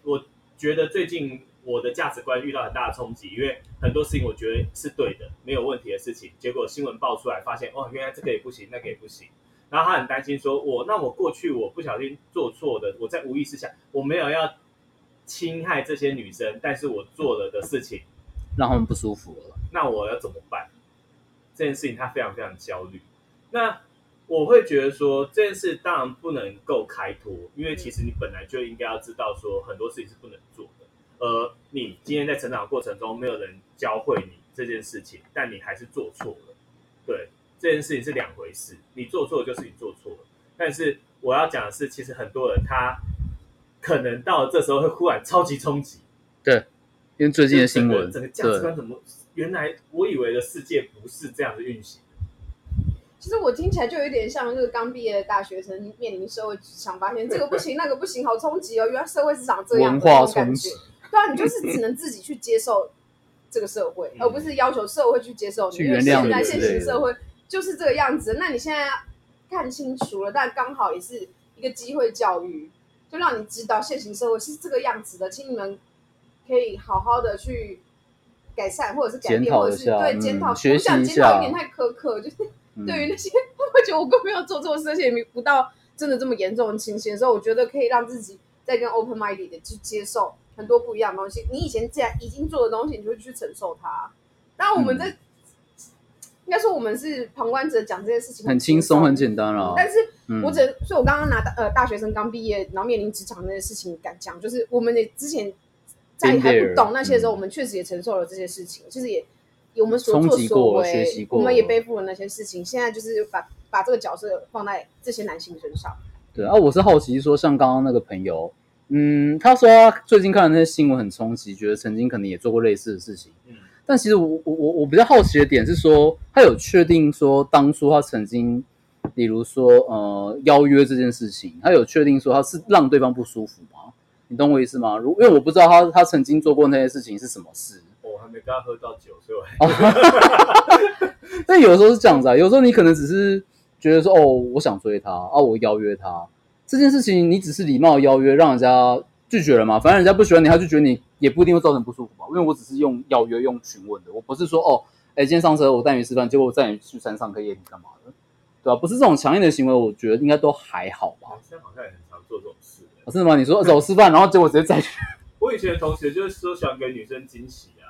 S3: 我觉得最近我的价值观遇到很大的冲击，因为很多事情我觉得是对的，没有问题的事情，结果新闻爆出来，发现哦，原来这个也不行，那个也不行。然后他很担心说，我那我过去我不小心做错的，我在无意识下我没有要侵害这些女生，但是我做了的事情，
S2: 让他们不舒服了。
S3: 那我要怎么办？这件事情他非常非常焦虑。那我会觉得说，这件事当然不能够开脱，因为其实你本来就应该要知道说，很多事情是不能做的。而你今天在成长的过程中，没有人教会你这件事情，但你还是做错了。对，这件事情是两回事，你做错就是你做错了。但是我要讲的是，其实很多人他可能到了这时候会忽然超级冲击，
S2: 因为最近的新闻，
S3: 整个整个价值
S2: 对，
S3: 观怎么？原来我以为的世界不是这样的运行。
S1: 其实我听起来就有点像就是刚毕业的大学生面临社会职场，发现这个不行那个不行，好冲击哦，原来社会是长这样
S2: 文
S1: 的那
S2: 化
S1: 种感
S2: 冲
S1: 觉
S2: 击，，
S1: 对啊，你就是只能自己去接受这个社会，
S3: 嗯
S1: 而不是要求社会去接受你。
S2: 去
S1: 因为
S2: 原谅
S1: 现
S2: 你
S1: 在
S2: 之
S1: 现
S2: 类
S1: 行
S2: 的
S1: 社会就是这个样子。那你现在看清楚了，但刚好也是一个机会教育，就让你知道现行社会是这个样子的，请你们可以好好的去改善，或者是改
S2: 检
S1: 变，
S2: 讨
S1: 或
S2: 一
S1: 者是
S2: 下
S1: 对
S2: 嗯
S1: 检讨。
S2: 学
S1: 我
S2: 习
S1: 想
S2: 一
S1: 检讨有
S2: 下
S1: 点太苛刻，就是
S2: 嗯
S1: 对于那些， <laughs> 我觉得我根本没有做错事，而且也没不到真的这么严重的情形的时候，我觉得可以让自己再更 open minded 的去接受很多不一样的东西。你以前既然已经做的东西，你就会去承受它。当然，我们
S2: 嗯
S1: 在、应该说我们是旁观者讲这件事情
S2: 很轻松，很
S1: 松，
S2: 简单啦。
S1: 但是
S2: 嗯
S1: 我只能所以，我刚刚拿大呃大学生刚毕业，然后面临职场那些事情敢讲，就是我们也之前在
S2: Been
S1: 还不
S2: there，
S1: 懂那些的时候，
S2: 嗯
S1: 我们确实也承受了这些事情，就是也我们所
S2: 冲
S1: 作
S2: 击
S1: 所
S2: 过
S1: 为，
S2: 学习过
S1: 我们也背负了那些事情。现在就是把把这个角色放在这些男性身上，
S2: 对啊，我是好奇说，像刚刚那个朋友，嗯，他说他最近看的那些新闻很冲击，觉得曾经可能也做过类似的事情。
S3: 嗯，
S2: 但其实我我我我比较好奇的点是说，他有确定说当初他曾经，比如说呃邀约这件事情，他有确定说他是让对方不舒服吗？你懂我意思吗？如因为我不知道他他曾经做过那些事情是什么事，
S3: 我哦还没跟他喝到酒，所以我还
S2: 哦 <laughs> 但有的时候是这样子啊，有时候你可能只是觉得说，哦，我想追他啊，我邀约他这件事情，你只是礼貌地邀约，让人家拒绝了嘛，反正人家不喜欢你，他拒绝你也不一定会造成不舒服吧，因为我只是用邀约、用询问的，我不是说哦，哎，今天上车我带你吃饭，结果我带你去山上可以夜你干嘛的，对吧、不是这种强硬的行为，我觉得应该都还好吧。
S3: 好哦像好像也很常做这种事。
S2: 哦、真的吗？你 <laughs> 说走吃饭，然后结果直接再去，
S3: 我以前的同学就是说喜欢给女生惊喜啊，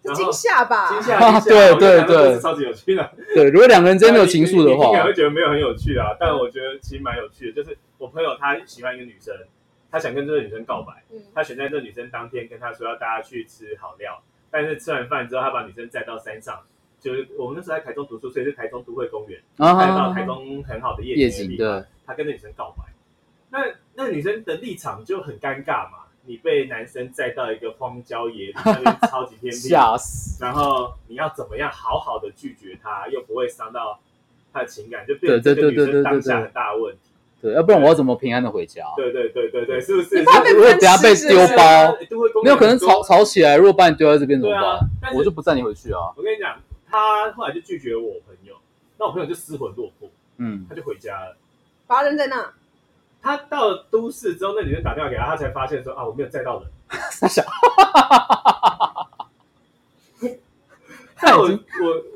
S1: 是
S3: 然后
S1: 惊吓吧？
S3: 惊吓
S2: 啊
S3: 惊吓，
S2: <laughs> 对
S3: 我觉得
S2: 对
S3: 那
S2: 对
S3: 都是超级有趣的。
S2: 对，如果两个人之间没有情愫的 <laughs>
S3: <laughs> 你你可能
S2: 话
S3: 会，觉得没有很有趣啊，但我觉得其实蛮有趣的。就是我朋友他喜欢一个女生，他想跟这个女生告白。
S1: 嗯，
S3: 他选在这女生当天跟他说要带她去吃好料，但是吃完饭之后，他把女生载到山上，就是我们那时候在台中读书，所以是台中都会公园，
S2: 啊
S3: 看得到台中很好的夜
S2: 夜
S3: 景的
S2: 景
S3: 地方
S2: 对，
S3: 他跟那女生告白，那那女生的立场就很尴尬嘛，你被男生载到一个荒郊野岭，那边超级
S2: <laughs>
S3: 偏僻，
S2: 吓死，
S3: 然后你要怎么样好好的拒绝他，又不会伤到他的情感，就变
S2: 对
S3: 成这个
S2: 对
S3: 女
S2: 对
S3: 生
S2: 对对
S3: 当
S2: 对
S3: 下
S2: 对
S3: 很大的问题。
S2: 对，要不然我要怎么平安的回家？
S3: 对对对对对，是不是？
S1: 你怕被
S2: 如果等下被
S1: 分尸
S2: 丢
S1: 是不是
S2: 包，
S3: 都会公园
S2: 没有可能
S3: 很多
S2: 吵吵起来，如果把你丢在这边怎么
S3: 对啊
S2: 办？，
S3: 但是
S2: 我就不载你回去啊。
S3: 我跟你讲，他后来就拒绝我朋友，那我朋友就失魂落魄，
S2: 嗯，
S3: 他就回家了。
S1: 把他扔在那，
S3: 他到了都市之后，那女生打电话给他，他才发现说啊，我没有载
S1: <laughs>
S3: 到人。
S2: 他
S3: <laughs>
S2: 想，
S3: 但
S2: 他
S3: 我
S2: 已经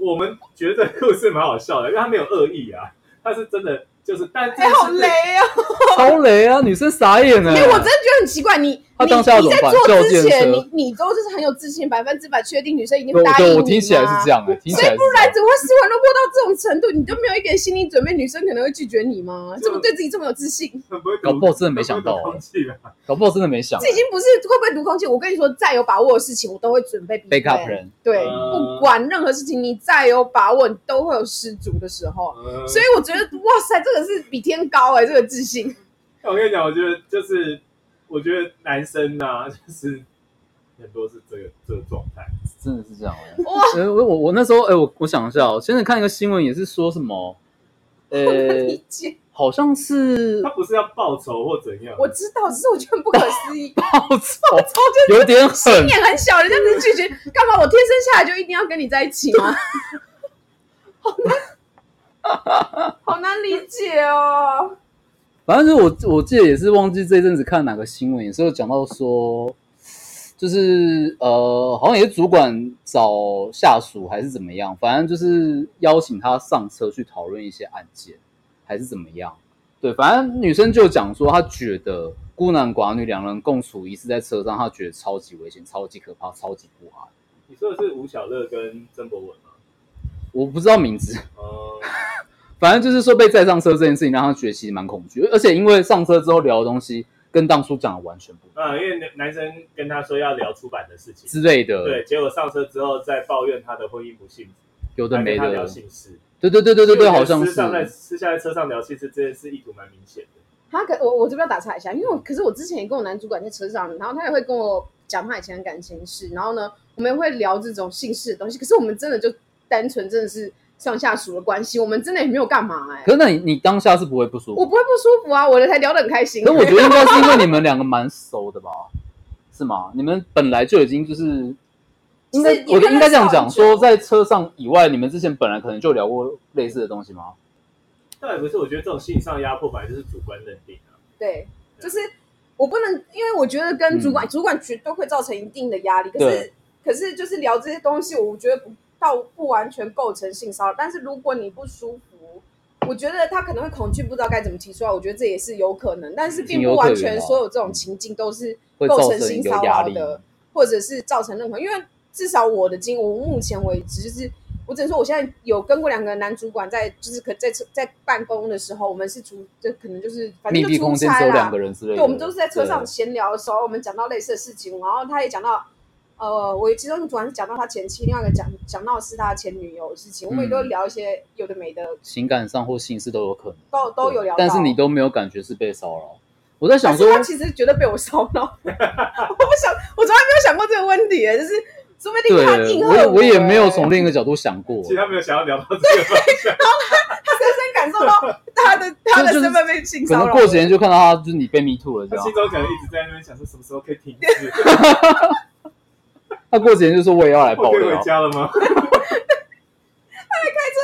S3: 我我们觉得这个故事蛮好笑的，因为他没有恶意啊，他是真的就是，但这
S1: 哎、好雷啊！
S2: <laughs> 超雷啊，女生傻眼了。
S1: 因为我真的觉得很奇怪，你
S2: 他
S1: 你
S2: 当下要
S1: 你在
S2: 怎么办
S1: 做之
S2: 叫
S1: 前，你
S2: 电车
S1: 你都就是很有自信，百分之百确定女生一定
S2: 对我
S1: 答应你啊
S2: 对
S1: 嘛
S2: 我听起来是这样的，听起来是
S1: 不
S2: 这
S1: 然
S2: 样。
S1: 怎么会失魂落魄到这种程度？你都没有一点心理准备，女生可能会拒绝你
S2: 啊
S1: 吗？
S3: 就
S1: 这么对自己这么有自信，
S3: 很不会
S2: 搞不好真的没想到啊
S3: 空气吧？
S2: 搞不好真的没想
S1: 这已经不是会不会读空气。我跟你说，再有把握的事情，我都会准备
S2: back up
S1: 备
S2: 人，
S1: 对，
S3: 嗯
S1: 不管任何事情，你再有把握，你都会有失足的时候。啊
S3: 嗯
S1: <laughs> 欸所以我觉得，哇塞，这个是比天高哎、这个自信。
S3: 呃我跟你讲，我觉得就是，我觉得男生呐、就是很多是这个这个状态。
S2: 真的是这样哎、欸。我我我那时候哎、我我想一下哦，现在看一个新闻也是说什么，呃、
S1: <laughs> 理解，
S2: 好像是 <laughs>
S3: 他不是要报仇或怎样，
S1: 我知道，只是我觉得很不可思
S2: <laughs>
S1: 议，
S2: 报仇，
S1: 超就
S2: 有点狠
S1: 心。眼很 <laughs> 小，人家只是拒绝，干嘛我天生下来就一定要跟你在一起吗？ <laughs> 好难，好 <laughs> 难理解哦。
S2: 反正就是我我记得也是忘记这一阵子看哪个新闻，也是有讲到说，就是呃，好像也是主管找下属还是怎么样，反正就是邀请他上车去讨论一些案件，还是怎么样。对，反正女生就讲说，她觉得孤男寡女两人共处一室在车上，她觉得超级危险、超级可怕、超级不安。
S3: 你说的是吴小乐跟曾博文
S1: <laughs>
S3: 吗？
S2: 我不知道名字，
S3: 哦、
S2: 反正就是说被载上车这件事情让她觉得其实蛮恐惧，而且因为上车之后聊的东西跟当初讲的完全不一样。
S3: 嗯，因为男男生跟他说要聊出版的事情，
S2: 之类的，
S3: 对，结果上车之后再抱怨他的婚姻不幸福，
S2: 有的
S3: 还
S2: 没
S3: 跟他聊
S2: 的，
S3: 性事，
S2: 对对对对对
S3: 所以
S2: 对，
S3: 我觉
S2: 好
S3: 得
S2: 像
S3: 私上在
S2: 是，
S3: 私下在车上聊性事这件事意图蛮明显的。
S1: 他可我我这边要打岔一下，因为我可是我之前也跟我男主管在车上，然后他也会跟我讲他以前的感情事，然后呢，我们也会聊这种姓氏的东西。可是我们真的就单纯真的是上下属的关系，我们真的也没有干嘛哎、
S2: 可是那你你当下是不会不舒
S1: 我
S2: 服，
S1: 不会不舒服啊，我的才聊得很开心。
S2: 可我觉得应该是因为你们两个蛮熟的吧，是吗？你们本来就已经就是，应该
S1: 就是
S2: 我应该这样
S1: 也
S2: 讲，
S1: 认识
S2: 说
S1: 很久
S2: 在车上以外，你们之前本来可能就聊过类似的东西吗？
S3: 倒也不是，我觉得这种性上压迫本来就是主观认定啊。
S1: 对，就是我不能，因为我觉得跟主管、主管绝对会造成一定的压力。可
S2: 嗯对
S1: 是，可是就是聊这些东西，我觉得不到不完全构成性骚扰。但是如果你不舒服，我觉得他可能会恐惧，不知道该怎么提出来。我觉得这也是有可能，但是并
S2: 情有
S1: 不
S2: 可
S1: 完
S2: 原
S1: 全
S2: 啊
S1: 所有这种情境都是
S2: 会
S1: 构
S2: 造
S1: 成
S2: 成
S1: 性
S2: 有
S1: 骚
S2: 压
S1: 扰
S2: 力，
S1: 的，或者是造成任何，因为至少我的经，我目前为止就是，我只能说我现在有跟过两个男主管在，就是可在车在办公的时候，我们是出，就可能就是反正
S2: 密
S1: 就
S2: 闭
S1: 出
S2: 空间
S1: 差
S2: 只有两
S1: 啦
S2: 个，人之类的，
S1: 对，我们都是在车上
S2: 对
S1: 闲聊的时候，我们讲到类似的事情，然后他也讲到，呃，我其中一个主管是讲到他前妻，另外一个讲讲到是他前女友的事情，我们也都
S2: 嗯
S1: 聊一些有的没的，
S2: 情感上或性事都有可能，
S1: 都都有聊到，
S2: 但是你都没有感觉是被骚扰。我在想
S1: 可
S2: 说
S1: 是，他其实觉得被我骚扰， <laughs> 我不想，我从来没有想过这个问题，欸就是说不定
S2: 对
S1: 他应和欸
S2: 我也我也没有
S1: 从
S2: 从另一个角度想过，
S3: 其实他没有想要聊到这个
S2: <laughs>
S3: 方向，
S1: 深深感受到他的他的
S2: 就是
S1: 身份被性
S2: 可
S1: 骚
S2: 能
S1: 扰。
S2: 过几天就看到他，就是你被 me too 了这
S3: 他
S2: 样
S3: 心。中可能一直在那边想说什么时候可以停止，
S2: <laughs> 他过几天就说我也要来
S3: 我
S2: 爆
S3: 可以回
S2: 料，
S3: 家了吗？ <laughs>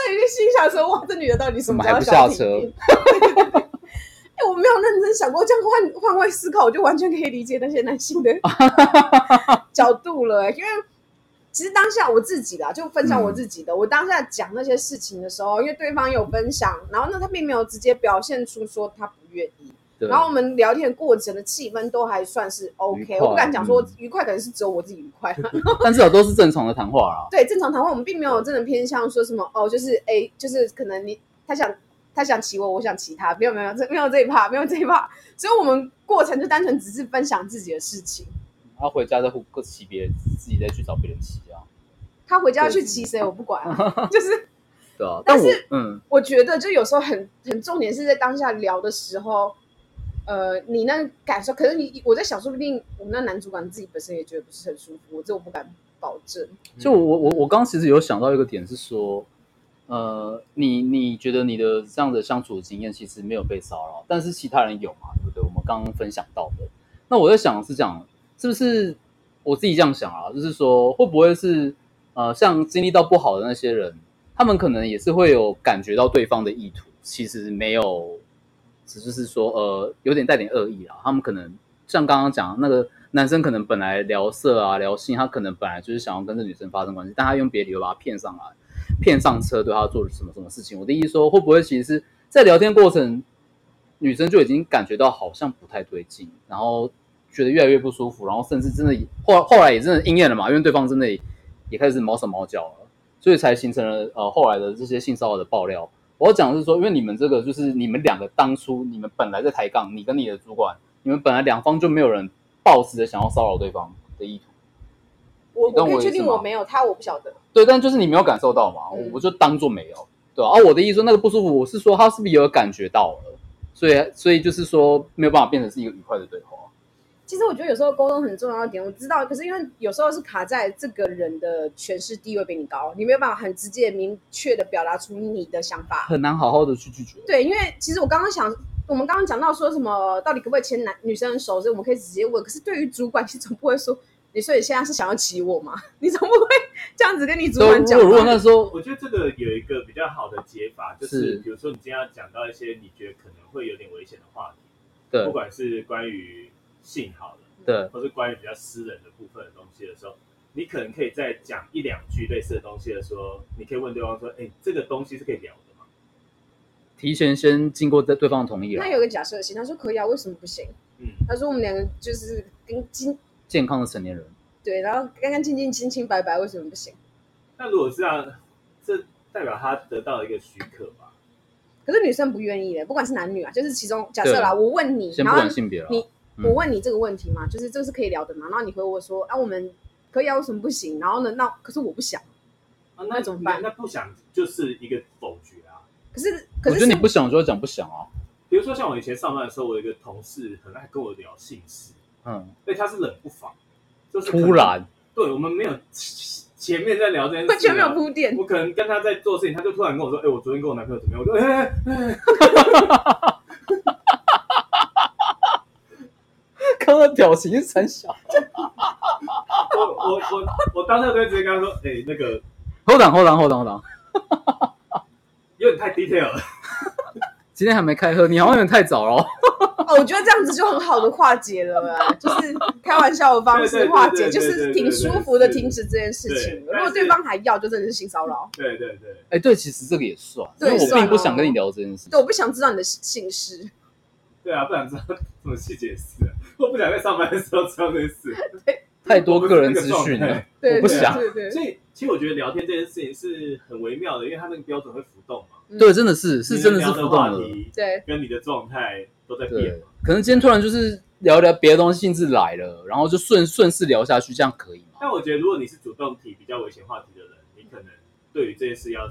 S1: 真的心想说，哇，这女的到底什么时候要
S2: 怎么还不下
S1: 停 <laughs>
S2: 车
S1: 停？ <laughs> 哎、我没有认真想过，这样换换位思考，我就完全可以理解那些男性
S2: <laughs>
S1: 的角度了、因为其实当下我自己啦，就分享我自己的，我当下讲那些事情的时
S2: 嗯
S1: 候，因为对方有分享，然后呢，他并没有直接表现出说他不愿意，
S2: 对
S1: 然后我们聊天过程的气氛都还算是 OK，
S2: 愉快
S1: 我不敢讲说
S2: 嗯
S1: 愉快，可能是只有我自己愉快。
S2: 但至少都是正常的谈话啦。
S1: 对正常谈话，我们并没有真的偏向说什么哦，就是哎、就是可能你他想他想骑我，我想骑他，没有没有这没有这一趴，没有这一趴，所以我们过程就单纯只是分享自己的事情。
S2: 他回家再互各骑别人，自己再去找别人骑啊，
S1: 他回家要去骑谁，我不管、啊。就是
S2: 对啊。
S1: 但
S2: 我
S1: 是
S2: 嗯，
S1: 我觉得，就有时候很很重点是在当下聊的时候，呃，你那感受，可是你我在想，说不定我们那男主管自己本身也觉得不是很舒服，我这我不敢保证。
S2: 就我我我刚刚其实有想到一个点是说，呃，你你觉得你的这样的相处经验其实没有被骚扰，但是其他人有嘛，对不对？我们刚刚分享到的。那我在想是讲，是不是我自己这样想啊？就是说，会不会是呃，像经历到不好的那些人，他们可能也是会有感觉到对方的意图，其实没有，只就是说呃，有点带点恶意啦。他们可能像刚刚讲的那个男生，可能本来聊色啊、聊性，他可能本来就是想要跟这女生发生关系，但他用别的理由把她骗上来，骗上车，对他做了什么什么事情。我的意思说，会不会其实是在聊天过程，女生就已经感觉到好像不太对劲，然后觉得越来越不舒服，然后甚至真的后后来也真的应验了嘛，因为对方真的也也开始毛手毛脚了，所以才形成了呃后来的这些性骚扰的爆料。我要讲的是说，因为你们这个就是你们两个当初你们本来在抬杠，你跟你的主管，你们本来两方就没有人抱持着想要骚扰对方的意图。
S1: 我
S2: 你懂
S1: 我可
S2: 我
S1: 以
S2: 意
S1: 确
S2: 思
S1: 定
S2: 吗
S1: 我没有他，我不晓得。
S2: 对，但就是你没有感受到嘛，我
S1: 嗯
S2: 我就当做没有，对啊。啊我的意思说那个不舒服，我是说他是不是也有感觉到了？所以所以就是说没有办法变成是一个愉快的对话。
S1: 其实我觉得有时候沟通很重要的点，我知道，可是因为有时候是卡在这个人的权势地位比你高，你没有办法很直接、明确的表达出你的想法。
S2: 很难好好的去拒绝。
S1: 对，因为其实我刚刚想，我们刚刚讲到说什么，到底可不可以牵男女生的手，所以我们可以直接问。可是对于主管，你总不会说，你说你现在是想要骑我吗？你总不会这样子跟你主管讲
S2: 如果
S1: 吧？
S2: 那时候
S3: 我觉得这个有一个比较好的解法，就是
S2: 是
S3: 比如说你今天要讲到一些你觉得可能会有点危险的话题，
S2: 对
S3: 不管是关于性好了，
S2: 对
S3: 或是关于比较私人的部分的东西的时候，你可能可以再讲一两句类似的东西的时候，你可以问对方说：“哎、这个东西是可以聊的吗
S2: 提前先经过对对方同意了
S1: 那，有个假设性，他说可以啊，为什么不行？？”
S3: 嗯，
S1: 他说我们两个就是跟金
S2: 健康的成年人，
S1: 对，然后干干净净、清清白白，为什么不行？
S3: 那如果这样，这代表他得到了一个许可吧？
S1: 可是女生不愿意的，不管是男女啊，就是其中假设啦，我问你，
S2: 先
S1: 然
S2: 不
S1: 后
S2: 管性别了。
S1: 你
S2: 嗯
S1: 我问你这个问题嘛，就是这个是可以聊的嘛，然后你回我说啊，我们可以啊，为什么不行？然后呢，那可是我不想，
S3: 啊，
S1: 那怎么办
S3: 那那不想就是一个否决啊。
S1: 可是可
S2: 我
S1: 是
S2: 觉得你
S1: 是
S2: 不想就要讲不想啊，
S3: 比如说像我以前上班的时候，我有一个同事很爱跟我聊性事，
S2: 嗯，
S3: 对，他是冷不防，就是可能
S2: 突，然
S3: 对我们没有前面在聊这件事、啊，
S1: 完全没有铺
S3: <laughs>
S1: 垫，
S3: 我可能跟他在做事情，他就突然跟我说：“哎、我昨天跟我男朋友怎么样？”我就哎哎哎，
S1: <laughs>
S2: 刚刚表情是很小。
S3: <laughs> 我我我我当下就会直接跟他说：“哎、那个
S2: Hold on hold on hold on hold on，
S3: 有点太 detail 了。
S2: 今天还没开喝，你好像有点太
S1: <laughs>
S2: 早了哦。
S1: 哦，我觉得这样子就很好的化解了啦，就是开玩笑的方式化解，
S3: 对
S1: 就
S3: 对对对
S1: 是挺舒服的停止这件事情。
S3: 对
S1: 如果对方还要，就真的是性骚扰”。
S3: 对对对，
S2: 哎，对，其实这个也算，啊因
S1: 对
S2: 为我
S1: 算
S2: 并
S1: 哦
S2: 不想跟你聊这件事
S1: 对，我
S2: 情。
S1: 不想知道你的姓氏。
S3: 对啊，不然知道怎么去解释、啊。我不想在上班的时候知道这件事，
S2: 太多个人资讯了，
S1: 对，
S2: 我不想
S1: 对对对
S3: 所以其实我觉得聊天这件事情是很微妙的，因为它那个标准会浮动嘛，
S1: 以
S2: 嗯对，真的是是真的
S3: 你
S2: 是
S3: 能
S2: 浮
S3: 聊的话
S2: 动的。
S3: 题
S1: 对，
S3: 跟你的状态都在变
S2: 对
S3: 嘛。，
S2: 可能今天突然就是聊一聊别的东西，兴致来了，然后就顺顺势聊下去，这样可以吗？
S3: 但我觉得如果你是主动提比较危险话题的人，你可能对于这件事要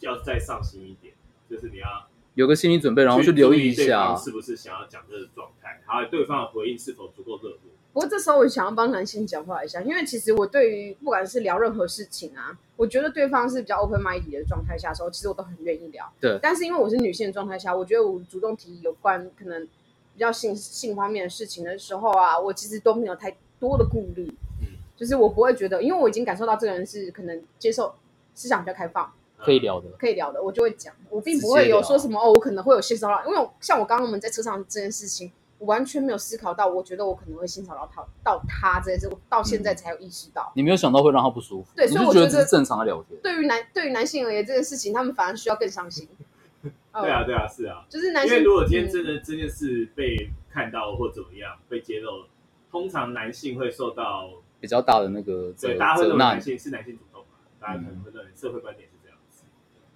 S3: 要再上心一点，就是你要
S2: 有个心理准备，然后
S3: 去
S2: 去留
S3: 注
S2: 意一
S3: 对
S2: 下
S3: 方。是不是想要讲这个状态，还有对方的回应是否足够热络。
S1: 不过这时候我想要帮男性讲话一下，因为其实我对于不管是聊任何事情啊，我觉得对方是比较 open minded 的状态下的时候，其实我都很愿意聊。
S2: 对
S1: 但是因为我是女性的状态下，我觉得我主动提有关可能比较性性方面的事情的时候啊，我其实都没有太多的顾虑。
S3: 嗯
S1: 就是我不会觉得，因为我已经感受到这个人是可能接受思想比较开放，
S3: 嗯
S2: 可以。聊的，
S1: 可以聊的，我就会讲，我并不
S2: 直
S1: 会
S2: 接聊
S1: 有说什么哦，我可能会有性骚扰，因为我像我刚刚我们在车上这件事情，我完全没有思考到，我觉得我可能会性骚扰他到他这件事，我到现在才有意识到。
S2: 你没有想到会让他不舒服，
S1: 对
S2: 你
S1: 所以
S2: 就
S1: 我
S2: 觉得
S1: 觉
S2: 只
S1: 得
S2: 是正常的聊天。
S1: 对于男对于男性而言，这件事情他们反而需要更伤心。
S3: <laughs> 对啊，
S1: 呃，
S3: 对啊，是啊。
S1: 就是男
S3: 因
S1: 性
S3: 为如果今天真
S1: 嗯
S3: 的这件事被看到或怎么样被揭露，通常男性会受到
S2: 比较大的那个责
S3: 对大家会认
S2: 责
S3: 为
S2: 难
S3: 男，性是男性主动嘛，大家可能会认为社会观点是这样子。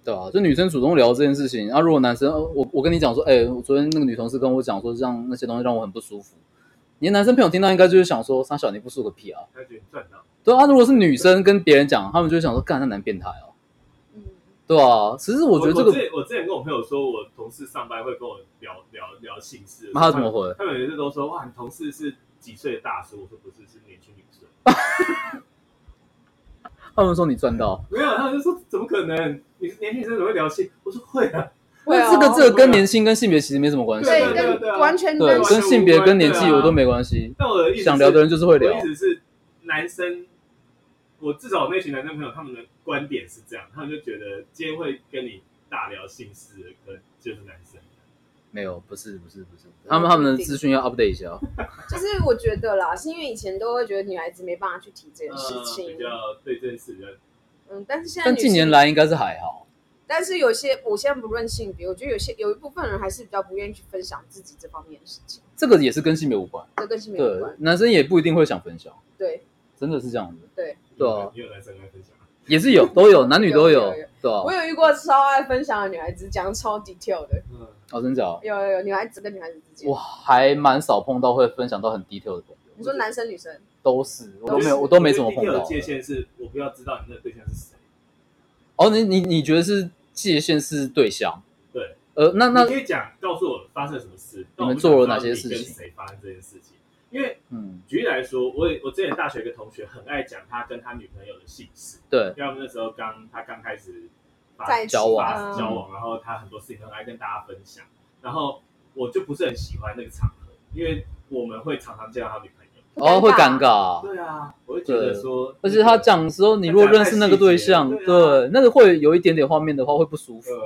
S2: 对啊，就女生主动聊这件事情，然、后如果男生，呃我我跟你讲说，哎、我昨天那个女同事跟我讲说，让那些东西让我很不舒服。你的男生朋友听到应该就是想说，傻小你不舒服个屁啊！
S3: 他觉得你赚到，
S2: 对啊，如果是女生跟别人讲，他们就会想说，干他男变态哦、
S1: 嗯
S2: 对啊。其实我觉得这
S3: 我
S2: 个
S3: 之前我之前跟我朋友说，我同事上班会跟我聊聊聊性事的时候，
S2: 他怎么回？
S3: 他们？他们每次都说哇，你同事是几岁的大叔？我说不是，是年轻女生。
S2: 他们说你赚到，
S3: 没有，他们就说怎么可能？你是年轻女生怎么会聊性？我说会啊，
S1: 会啊
S2: 那这个这个跟年薪跟性别其实没什么关系，
S3: 对
S1: 对
S3: 对对对
S1: 跟
S3: 啊
S1: 完全
S2: 对
S1: 跟
S3: 对
S2: 跟性别跟年纪
S3: 对啊
S2: 我都没关系，
S3: 但我的意思是
S2: 想聊的人就是会聊
S3: 我的意思是男生，我至少我那群男生朋友他们的观点是这样，他们就觉得今天会跟你大聊性事的，可能就是男生。
S2: 没有，不是不是不是，他们他们的资讯要 update 一下，
S1: 就是我觉得啦，是因为以前都会觉得女孩子没办法去提这件事
S3: 呃、
S1: 情
S3: 比，较对这件事比较，
S1: 嗯，但是现在
S2: 但
S1: 女
S2: 近
S1: 性
S2: 年来应该是还好，
S1: 但是有些，我现在不论性别，我觉得有些有一部分人还是比较不愿意去分享自己这方面的事情，
S2: 这个也是跟性别无关，
S1: 这跟性别有
S2: 对
S1: 关。，
S2: 男生也不一定会想分享，
S1: 对，
S2: 真的是这样子，对啊
S3: 也有男生来分享。
S1: <laughs>
S2: 也是有都有，男女都
S1: 有
S2: 有
S1: 有有，
S2: 对啊
S1: 我，有遇过超爱分享的女孩子，讲得超 detail 的，
S3: 嗯，
S2: 哦，真假哦？
S1: 有有有，女孩子跟女孩子之间
S2: 我，还蛮少碰到会分享到很 detail 的朋友，
S1: 你说男生女生，
S2: 都是我都没有，
S3: 就是
S2: 我都没怎么碰
S3: 我觉得
S2: 到
S3: 第一个界
S2: 的。
S3: 限是我不要知道你那个对象是谁。
S2: 哦，你你你觉得是界限是对象？
S3: 对，
S2: 呃，那那
S3: 你可以讲告诉我发生什么事，
S2: 你
S3: 但我
S2: 们
S3: 不
S2: 做了
S3: 想
S2: 哪些
S3: 知道
S2: 事
S3: 你跟
S2: 情
S3: 谁发生这件事情？因为
S2: 嗯，
S3: 举例来说，我也我之前大学一个同学很爱讲他跟他女朋友的姓氏，
S2: 对，
S3: 因为我们那时候刚他刚开始发
S1: 在一起
S2: 交往
S3: 发
S1: 啊
S3: 交往，然后他很多事情很爱跟大家分享，然后我就不是很喜欢那个场合，因为我们会常常见到他女朋友。
S1: 嗯
S2: 哦，会尴。尬。
S3: 对啊，我会觉得说，
S2: 而且他讲的时候，你如果认识那个对象，
S3: 对啊
S2: 对，那个会有一点点画面的话，会不舒服，
S3: 呃，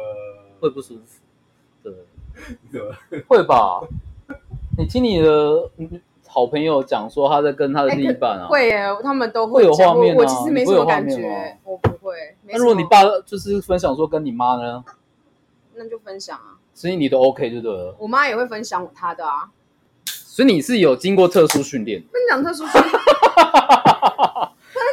S2: 会不舒服，对，
S3: 怎 <laughs> 么
S2: 会吧？ <laughs> 你听你的嗯好朋友讲说他在跟他的另一半啊，
S1: 会耶，他们都
S2: 会有
S1: 讲
S2: 画面啊
S1: 我我其实没什么感
S2: 你会有画面
S1: 觉
S2: 吗，
S1: 我不会。没
S2: 那如果
S1: 什
S2: 你
S1: 么
S2: 爸就是分享说跟你妈呢，
S1: 那就分享啊，
S2: 所以你都 OK 就对了，
S1: 我妈也会分享她的啊。
S2: 所以你是有经过特殊训练的，
S1: 分享特殊训
S2: <laughs>
S1: 练，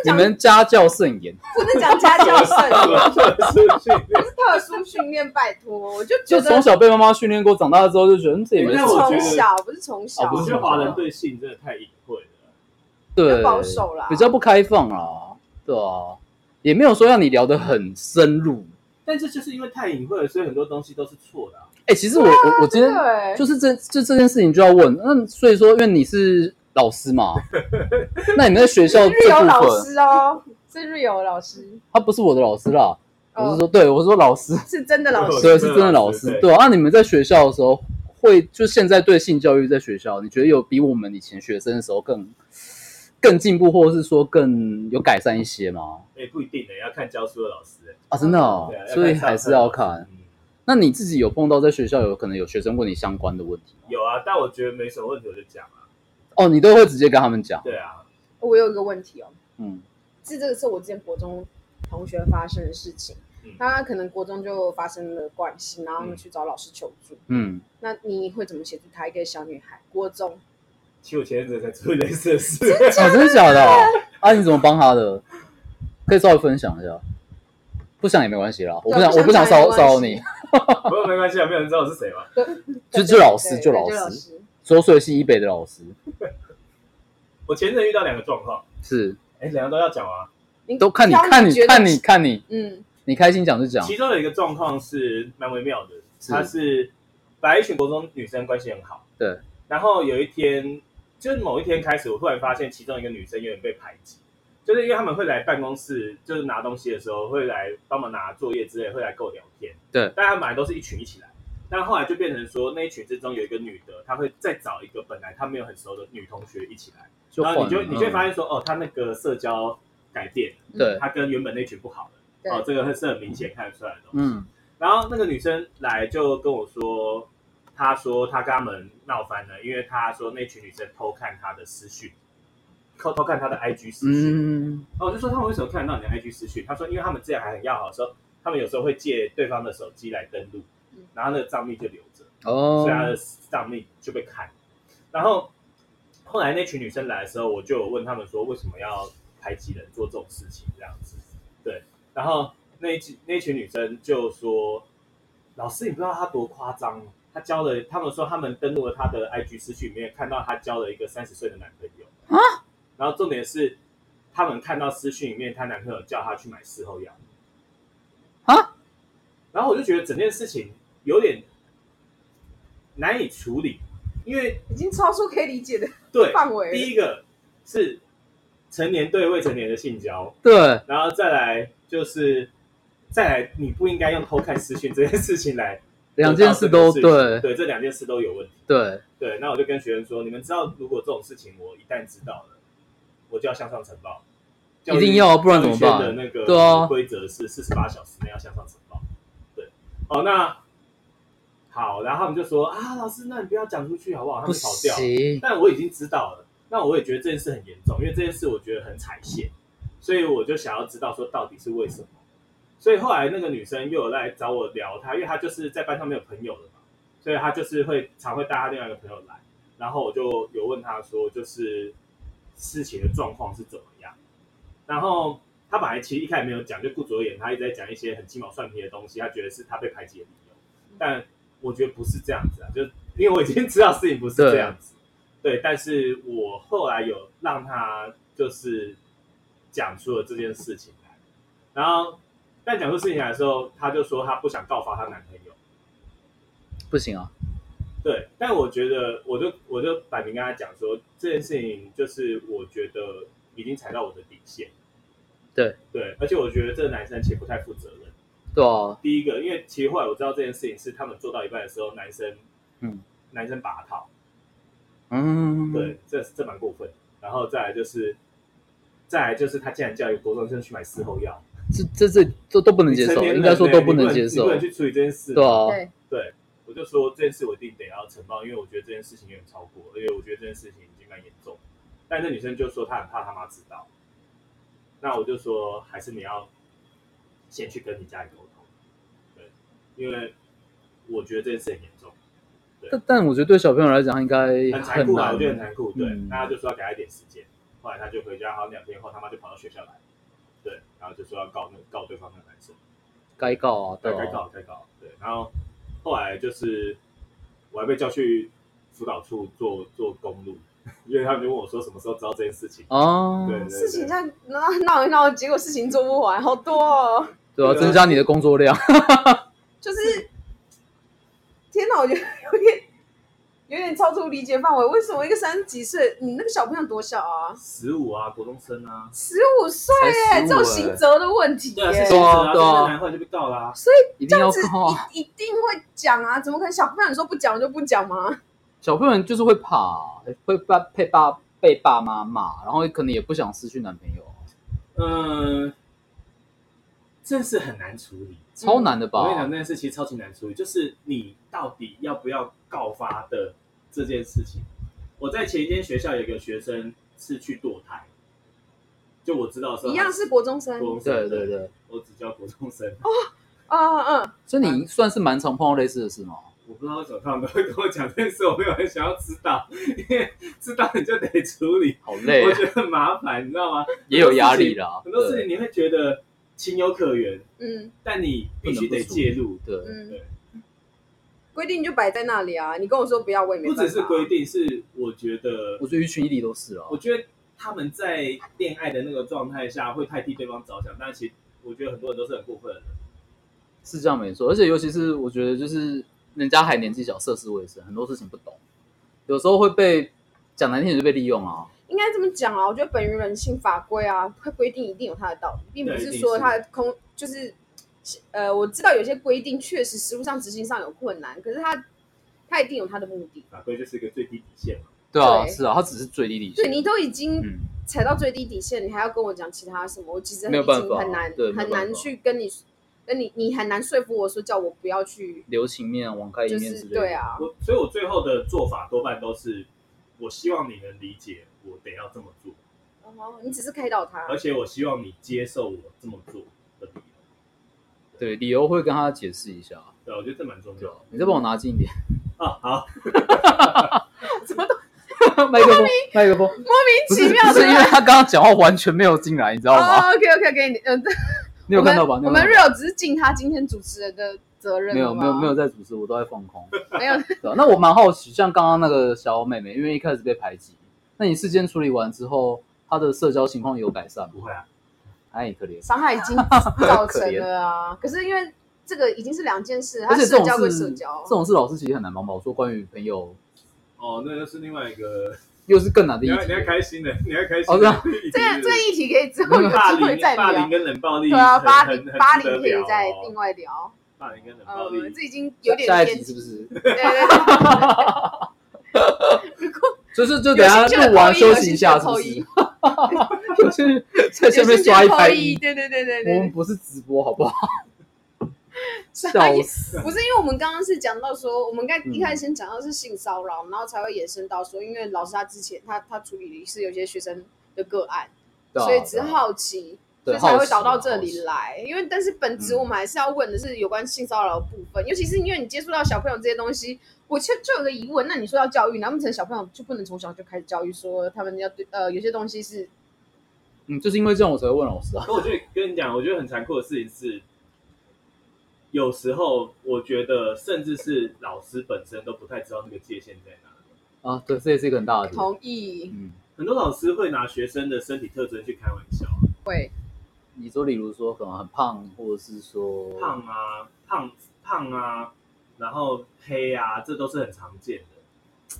S2: 你们家教甚严，
S1: 不能讲家教甚，
S3: 是是
S1: <laughs> 是特殊训练，拜托，我就觉
S2: 就从
S1: 得
S2: 小被妈妈训练过，长大之后就觉得嗯这也没
S3: 哎
S2: 什
S3: 那我
S2: 么
S3: 觉得
S1: 从小不是从小
S2: 哦不
S3: 我
S2: 是
S3: 觉得华人对性真的太隐晦了。
S2: 对
S1: 保守啦
S2: 比较不开放啦，对啊，也没有说让你聊得很深入。
S3: 但这就是因为太隐晦了，所以很多东西都是错的啊、
S2: 哎、其实我我我今天
S1: 对，
S2: 就是这就这件事情就要问，那所以说，因为你是老师 <laughs> 嘛，那你们在学校这
S1: 日有老
S2: 部分，
S1: 师哦，是日有老师，
S2: 他不是我的老师啦，我是
S1: 哦，
S2: 说，对我是说老师，
S1: 是真的老
S3: 我
S1: 师。
S2: 对，
S3: 对
S2: 是真的老
S3: 老
S2: 师，
S3: 师
S2: 对啊。那你们在学校的时候会，就现在对性教育在学校，你觉得有比我们以前学生的时候更更进步，或者是说更有改善一些吗？
S3: 哎、不一定的、要看教书的老师、欸。
S2: 啊，真的哦
S3: 对啊，要看
S2: 所以
S3: 上课
S2: 还是要
S3: 老
S2: 看
S3: 师。嗯
S2: 那你自己有碰到在学校有可能有学生问你相关的问题吗？
S3: 有啊，但我觉得没什么问题，我就讲啊。
S2: 哦，你都会直接跟他们讲，
S3: 对啊，
S1: 我有一个问题哦，
S2: 嗯，
S1: 是这个是我之前国中同学发生的事情
S3: 嗯，
S1: 他可能国中就发生了关系，然后他们去找老师求助。
S2: 嗯，
S1: 那你会怎么协助她一个小女孩？国
S2: <laughs>
S1: 中
S3: 其实我前阵子才出类似的事， <laughs>
S2: 哦，真的假的哦？啊，你怎么帮他的？可以稍微分享一下，不想也没关系啦，我不
S1: 对
S2: 想，我
S1: 不
S2: 不想
S1: 想讲也没关
S2: 骚
S1: 系
S2: 骚扰你，
S3: 不过没关系啊，没有人知道我是谁嘛。
S2: 就
S1: 对
S2: 就老师，
S1: 对
S2: 就
S1: 对
S2: 老
S1: 就老
S2: 师，
S1: 师，
S2: 浊水系以北的老师
S3: 我前阵遇到两个状况，
S2: 是，
S3: 哎、两个都要讲啊。
S1: 你
S2: 都看你
S1: 挑你
S2: 看你
S1: 觉得
S2: 看你看你，
S1: 嗯，
S2: 你开心讲就讲，
S3: 其中有一个状况是蛮微妙的，
S2: 是
S3: 她是本来一群国中女生关系很好，
S2: 对，
S3: 然后有一天，就是某一天开始，我突然发现其中一个女生有点被排挤，就是因为他们会来办公室，就是拿东西的时候会来帮忙拿作业之类，会来跟我聊天。
S2: 对，
S3: 但他们本来都是一群一起来，但后来就变成说那一群之中有一个女的，她会再找一个本来她没有很熟的女同学一起来，
S2: 就
S3: 然后你
S2: 换
S3: 就
S2: 了
S3: 你就会发
S2: 嗯
S3: 现说，哦，她那个社交改变了，
S2: 对，
S3: 她跟原本那群不好
S1: 对
S3: 了，哦，这个是很明显看得出来的东西。
S2: 嗯
S3: 然后那个女生来就跟我说，她说她跟他们闹翻了，因为她说那群女生偷看她的私讯，偷偷看她的 IG 私讯。
S2: 嗯，
S3: 然后我就说他们为什么看得到你的 IG 私讯？她说因为他们之前还很要好的时候，他们有时候会借对方的手机来登录
S1: 嗯，
S3: 然后那个账密就留着，
S2: 哦
S3: 所以，她的账密就被砍。然后后来那群女生来的时候，我就有问他们说为什么要排挤人做这种事情这样子。对，然后那一群那一群女生就说：“老师，你不知道她多夸张，她交了，他们说他们登录了她的 IG 私讯里面，看到她交了一个三十岁的男朋友
S2: 啊。
S3: 然后重点是，他们看到私讯里面她男朋友叫她去买事后药
S2: 啊。
S3: 然后我就觉得整件事情有点难以处理，因为
S1: 已经超出可以理解的
S3: 对
S1: 范围了。
S3: 第一个是成年对未成年的性交，
S2: 对，
S3: 然后再来就是再来，你不应该用偷看私讯这件事情来
S2: 两件事
S3: 得
S2: 都
S3: 到这个
S2: 对
S3: 事情对，这两件事都有问题。
S2: 对，
S3: 对，那我就跟学生说，你们知道，如果这种事情我一旦知道了，我就要向上呈报，教育
S2: 一定要啊不然怎么办
S3: 教育圈的那个
S2: 对啊
S3: 规则是四十八小时内要向上呈报。对，哦，那好，然后他们就说啊，老师，那你不要讲出去好不好？他
S2: 不
S3: 们吵掉。
S2: 行，
S3: 但我已经知道了，那我也觉得这件事很严重，因为这件事我觉得很踩线，所以我就想要知道说到底是为什么。所以后来那个女生又有来找我聊她，因为她就是在班上没有朋友了嘛，所以她就是会常会带她另外一个朋友来，然后我就有问她说，就是事情的状况是怎么样，然后。她本来其实一开始没有讲，就顾左眼，她一直在讲一些很鸡毛蒜皮的东西，她觉得是她被排挤的理由，但我觉得不是这样子啊，就因为我已经知道事情不是这样子，对，但是我后来有让他就是讲出了这件事情来，然后但讲出事情来的时候，他就说他不想告发她男朋友，
S2: 不行啊。
S3: 对，但我觉得，我就我就摆明跟他讲说，这件事情就是我觉得已经踩到我的底线。
S2: 对
S3: 对，而且我觉得这个男生其实不太负责任。
S2: 对啊，
S3: 第一个，因为其实后来我知道这件事情是他们做到一半的时候，男生
S2: 嗯
S3: 男生拔套，
S2: 嗯，
S3: 对，这这蛮过分。然后再来就是，再来就是他竟然叫一个国中生去买事后药，
S2: 这这这都都不能接
S3: 你
S2: 受，
S3: 成年人
S2: 应该说
S3: 嘞
S2: 都
S3: 你不
S2: 能接
S3: 你
S2: 受
S3: 不，能去处理这件事。
S2: 对啊，
S1: 对，
S3: 我就说这件事我一定得要呈报，因为我觉得这件事情有点超过，而且我觉得这件事情已经蛮严重。但那女生就说她很怕她妈知道，那我就说还是你要先去跟你家里沟通，对，因为我觉得这件事很严重，
S2: 但但我觉得对小朋友来讲，他应该
S3: 很残酷啊，
S2: 难
S3: 我觉得很残酷。对，
S2: 嗯
S3: 那他就说要给他一点时间，后来他就回家，好像两天后他妈就跑到学校来，对，然后就说要告那告对方那个男生。
S2: 该告啊，对
S3: 对，
S2: 啊
S3: 该搞该搞，对。然后后来就是我还被叫去辅导处做做公路，因为他们就问我说什么时候知道这件事情。
S2: 啊，
S3: 对对
S1: 哦事情
S3: 对，
S1: 这样闹闹一闹，结果事情做不完，好多
S3: <laughs>
S1: 哦。
S2: 对啊，
S3: 对啊
S2: 增加你的工作量，
S1: 就是，天哪，我觉得有点有点超出理解范围。为什么一个三十几岁，你那个小朋友多小啊？
S3: 十五啊，国中生啊，
S1: 十五岁耶，
S2: 才15
S1: 这种刑责的问题
S3: 对啊，是
S1: 耶
S3: 学，生
S2: 对啊
S3: 啊，
S2: 对啊
S3: 这男后来就被告啦、
S2: 一定
S1: 这
S2: 要
S1: 样子
S2: 告啊。
S1: 一一定会讲啊，怎么可能小朋友你说不讲就不讲吗？
S2: 小朋友就是会怕，会爸被爸被爸妈骂，然后可能也不想失去男朋友，
S3: 嗯，这是很难处理。
S2: 超难的吧
S3: 嗯我？跟你讲，那件事其实超级难处理，就是你到底要不要告发的这件事情。我在前一间学校有一个学生是去堕胎，就我知道的时候
S1: 一样是国中生，
S3: 啊国中
S2: 对
S3: 生，
S2: 对对，
S3: 我只教国中生，
S1: 嗯嗯嗯，
S2: 所以你算是蛮常碰到类似的事吗？
S3: 我不知道为什么他们都会跟我讲这件事，我没有很想要知道，因为知道你就得处理，
S2: 好累
S3: 我
S2: 啊，
S3: 觉得很麻烦，你知道吗？
S2: 也有压力啦。
S3: 很多事
S2: 对
S3: 情你会觉得情有可原，
S1: 嗯
S3: 但你必须
S2: 不能不
S3: 得
S2: 处
S3: 介入，
S2: 对，
S1: 嗯
S3: 对，
S1: 规定就摆在那里啊。你跟我说不要，我也没
S3: 不
S1: 办法。
S3: 只是规定，是我觉得
S2: 我，觉得一群一里都是啊。
S3: 我觉得他们在恋爱的那个状态下会太替对方着想，但其实我觉得很多人都是很过分的人，
S2: 是这样没错，而且尤其是我觉得，就是人家还年纪小，涉世未深，很多事情不懂，有时候会被讲难听点就被利用啊。
S1: 应该这么讲啊，我觉得本于人性法规啊，它规定一定有它的道理，并不
S3: 对
S1: 是
S3: 一定
S1: 说
S3: 是
S1: 它的空就是，呃，我知道有些规定确实实物上执行上有困难，可是它它一定有它的目的。
S3: 法规就是一个最低底线嘛。
S2: 对啊，
S1: 对
S2: 是啊，他只是最低底线。
S1: 对你都已经
S2: 嗯，
S1: 踩到最低底线，你还要跟我讲其他什么？我其实很
S2: 没有
S1: 已
S2: 办
S1: 经
S2: 法
S1: 很难
S2: 对没有
S1: 很
S2: 办
S1: 难
S2: 法
S1: 去跟你跟你你很难说服我说叫我不要去，
S2: 留情面、网开一
S1: 就
S2: 面之
S1: 是
S2: 类的。
S1: 对，啊，
S3: 我所以，我最后的做法多半都是，我希望你能理解我得要这么做，
S1: 哦，你只是开导他，
S3: 而且我希望你接受我这么做的理由。
S2: 对，理由会跟他解释一下。
S3: 对，我觉得这蛮重
S2: 对
S3: 要
S2: 啊
S3: 的，
S2: 你再帮我拿近一点，
S3: 啊。
S2: <laughs>
S3: 好，
S1: <laughs>
S2: 麦克风，麦克风。
S1: 莫
S2: 不
S1: 名
S2: 是
S1: 其妙
S2: 不是
S1: 的
S2: 因为他刚刚讲话完全没有进来，你知道吗？
S1: 哦，OK OK，给你，嗯，
S2: 你有看到吧？
S1: 我
S2: 你
S1: 们
S2: 有
S1: 我们
S2: 看到
S1: real 只是尽他今天主持人的责任，
S2: 没有
S1: 好不
S2: 没有
S1: 好
S2: 没有在主持，我都在放空。
S1: 没有
S2: <laughs> 对啊那我蛮好奇，像刚刚那个小美眉，因为一开始被排挤，那你事件处理完之后，她的社交情况有改善吗？
S3: 不会啊，
S2: 哎，可怜。
S1: 伤害
S2: <laughs>
S1: 已经造成了啊。可是因为这个已经是两件事，
S2: 而
S1: 他
S2: 且这
S1: 社
S2: 种
S1: 交归
S2: 事，
S1: 社交
S2: 这，种事老师其实很难帮忙。我说关于朋友，
S3: 哦，那就是另外一个，
S2: 又是更难的
S3: 你
S2: 议
S3: 要你
S2: 题
S3: 要。开心的，你要开心
S2: 哦这
S3: 的 <laughs>
S2: 样。
S1: 这个这一题可以之后有
S3: 霸
S1: 机会
S3: 凌
S1: 再
S3: 霸凌
S1: 聊。
S3: 跟冷暴力
S1: 对
S3: 很，
S1: 啊，巴
S3: 很
S1: 黎巴黎
S3: 很值得
S1: 可以
S3: 聊
S1: 再
S3: 哦
S1: 另外聊。
S3: 霸凌跟冷暴
S1: 呃，
S3: 力，
S1: 这已经有点
S2: 下一
S1: 偏
S2: 集是不是？
S1: 对对对，
S2: 就是就等一下
S1: 有兴趣的
S2: 录完
S1: 扣一
S2: 休息一下，是不
S1: 有兴趣
S2: 是？就是在 <laughs> 下面刷一排
S1: 有兴趣的扣一，对对对对
S2: 我们
S1: 对，
S2: 不是直播，好
S1: <laughs>
S2: 不好？
S1: 刷一
S2: 笑死！
S1: 不是因为我们刚刚是讲到说，我们刚
S2: 哦嗯
S1: 一开始先讲到是性骚扰，然后才会延伸到说，因为老师他之前他他处理的是有些学生的个案，
S2: 对啊
S1: 所以只
S2: 对
S1: 是
S2: 啊
S1: 好奇，所
S2: 对
S1: 以才
S2: 好
S1: 会
S2: 奇
S1: 导到
S2: 啊
S1: 这
S2: 好
S1: 里
S2: 奇
S1: 来。因为但是本质
S2: 嗯
S1: 我们还是要问的是有关性骚扰的部分，尤其是因为你接触到小朋友这些东西，我就就有个疑问，那你说要教育，难不成小朋友就不能从小就开始教育说他们要对呃有些东西是
S2: 嗯，就是因为这样我才会问老师啊。
S3: 可我觉得跟你讲，我觉得很残酷的事情是，有时候我觉得甚至是老师本身都不太知道那个界限在哪里。
S2: 啊，对，这也是一个很大的点。
S1: 同意？
S2: 嗯，
S3: 很多老师会拿学生的身体特征去开玩笑啊，
S1: 会
S2: 你说例如说可能很胖，或者是说
S3: 胖啊、胖胖啊、然后黑啊，这都是很常见的。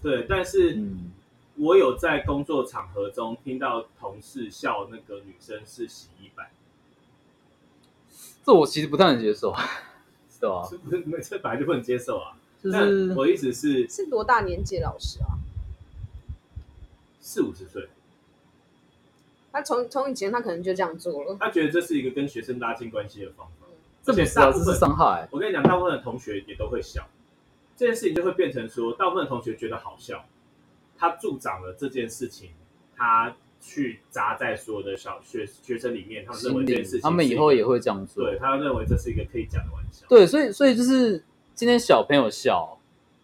S3: 对，但是
S2: 嗯，
S3: 我有在工作场合中听到同事笑那个女生是洗衣板，
S2: 这我其实不太能接受， <laughs> 对吧、
S3: 这不是 <laughs> 这本来就不能接受啊。
S2: 哦就
S3: 但
S2: 是
S3: 我的意思是
S1: 是多大年纪的老师啊？
S3: 四五十岁，
S1: 他从从以前他可能就这样做了。
S3: 他觉得这是一个跟学生拉近关系的方法。
S2: 这
S3: 而
S2: 不
S3: 且
S2: 是啊，
S3: 大
S2: 这
S3: 部
S2: 是
S3: 分
S2: 伤害。
S3: 我跟你讲，大部分的同学也都会笑，这件事情就会变成说，大部分的同学觉得好笑，他助长了这件事情，他去砸在所有的小学学生里面，他们认为
S2: 心
S3: 这
S2: 理
S3: 件事情，
S2: 他们以后也会这样做。
S3: 对他认为这是一个可以讲的玩笑。
S2: 对，所以所以就是今天小朋友笑，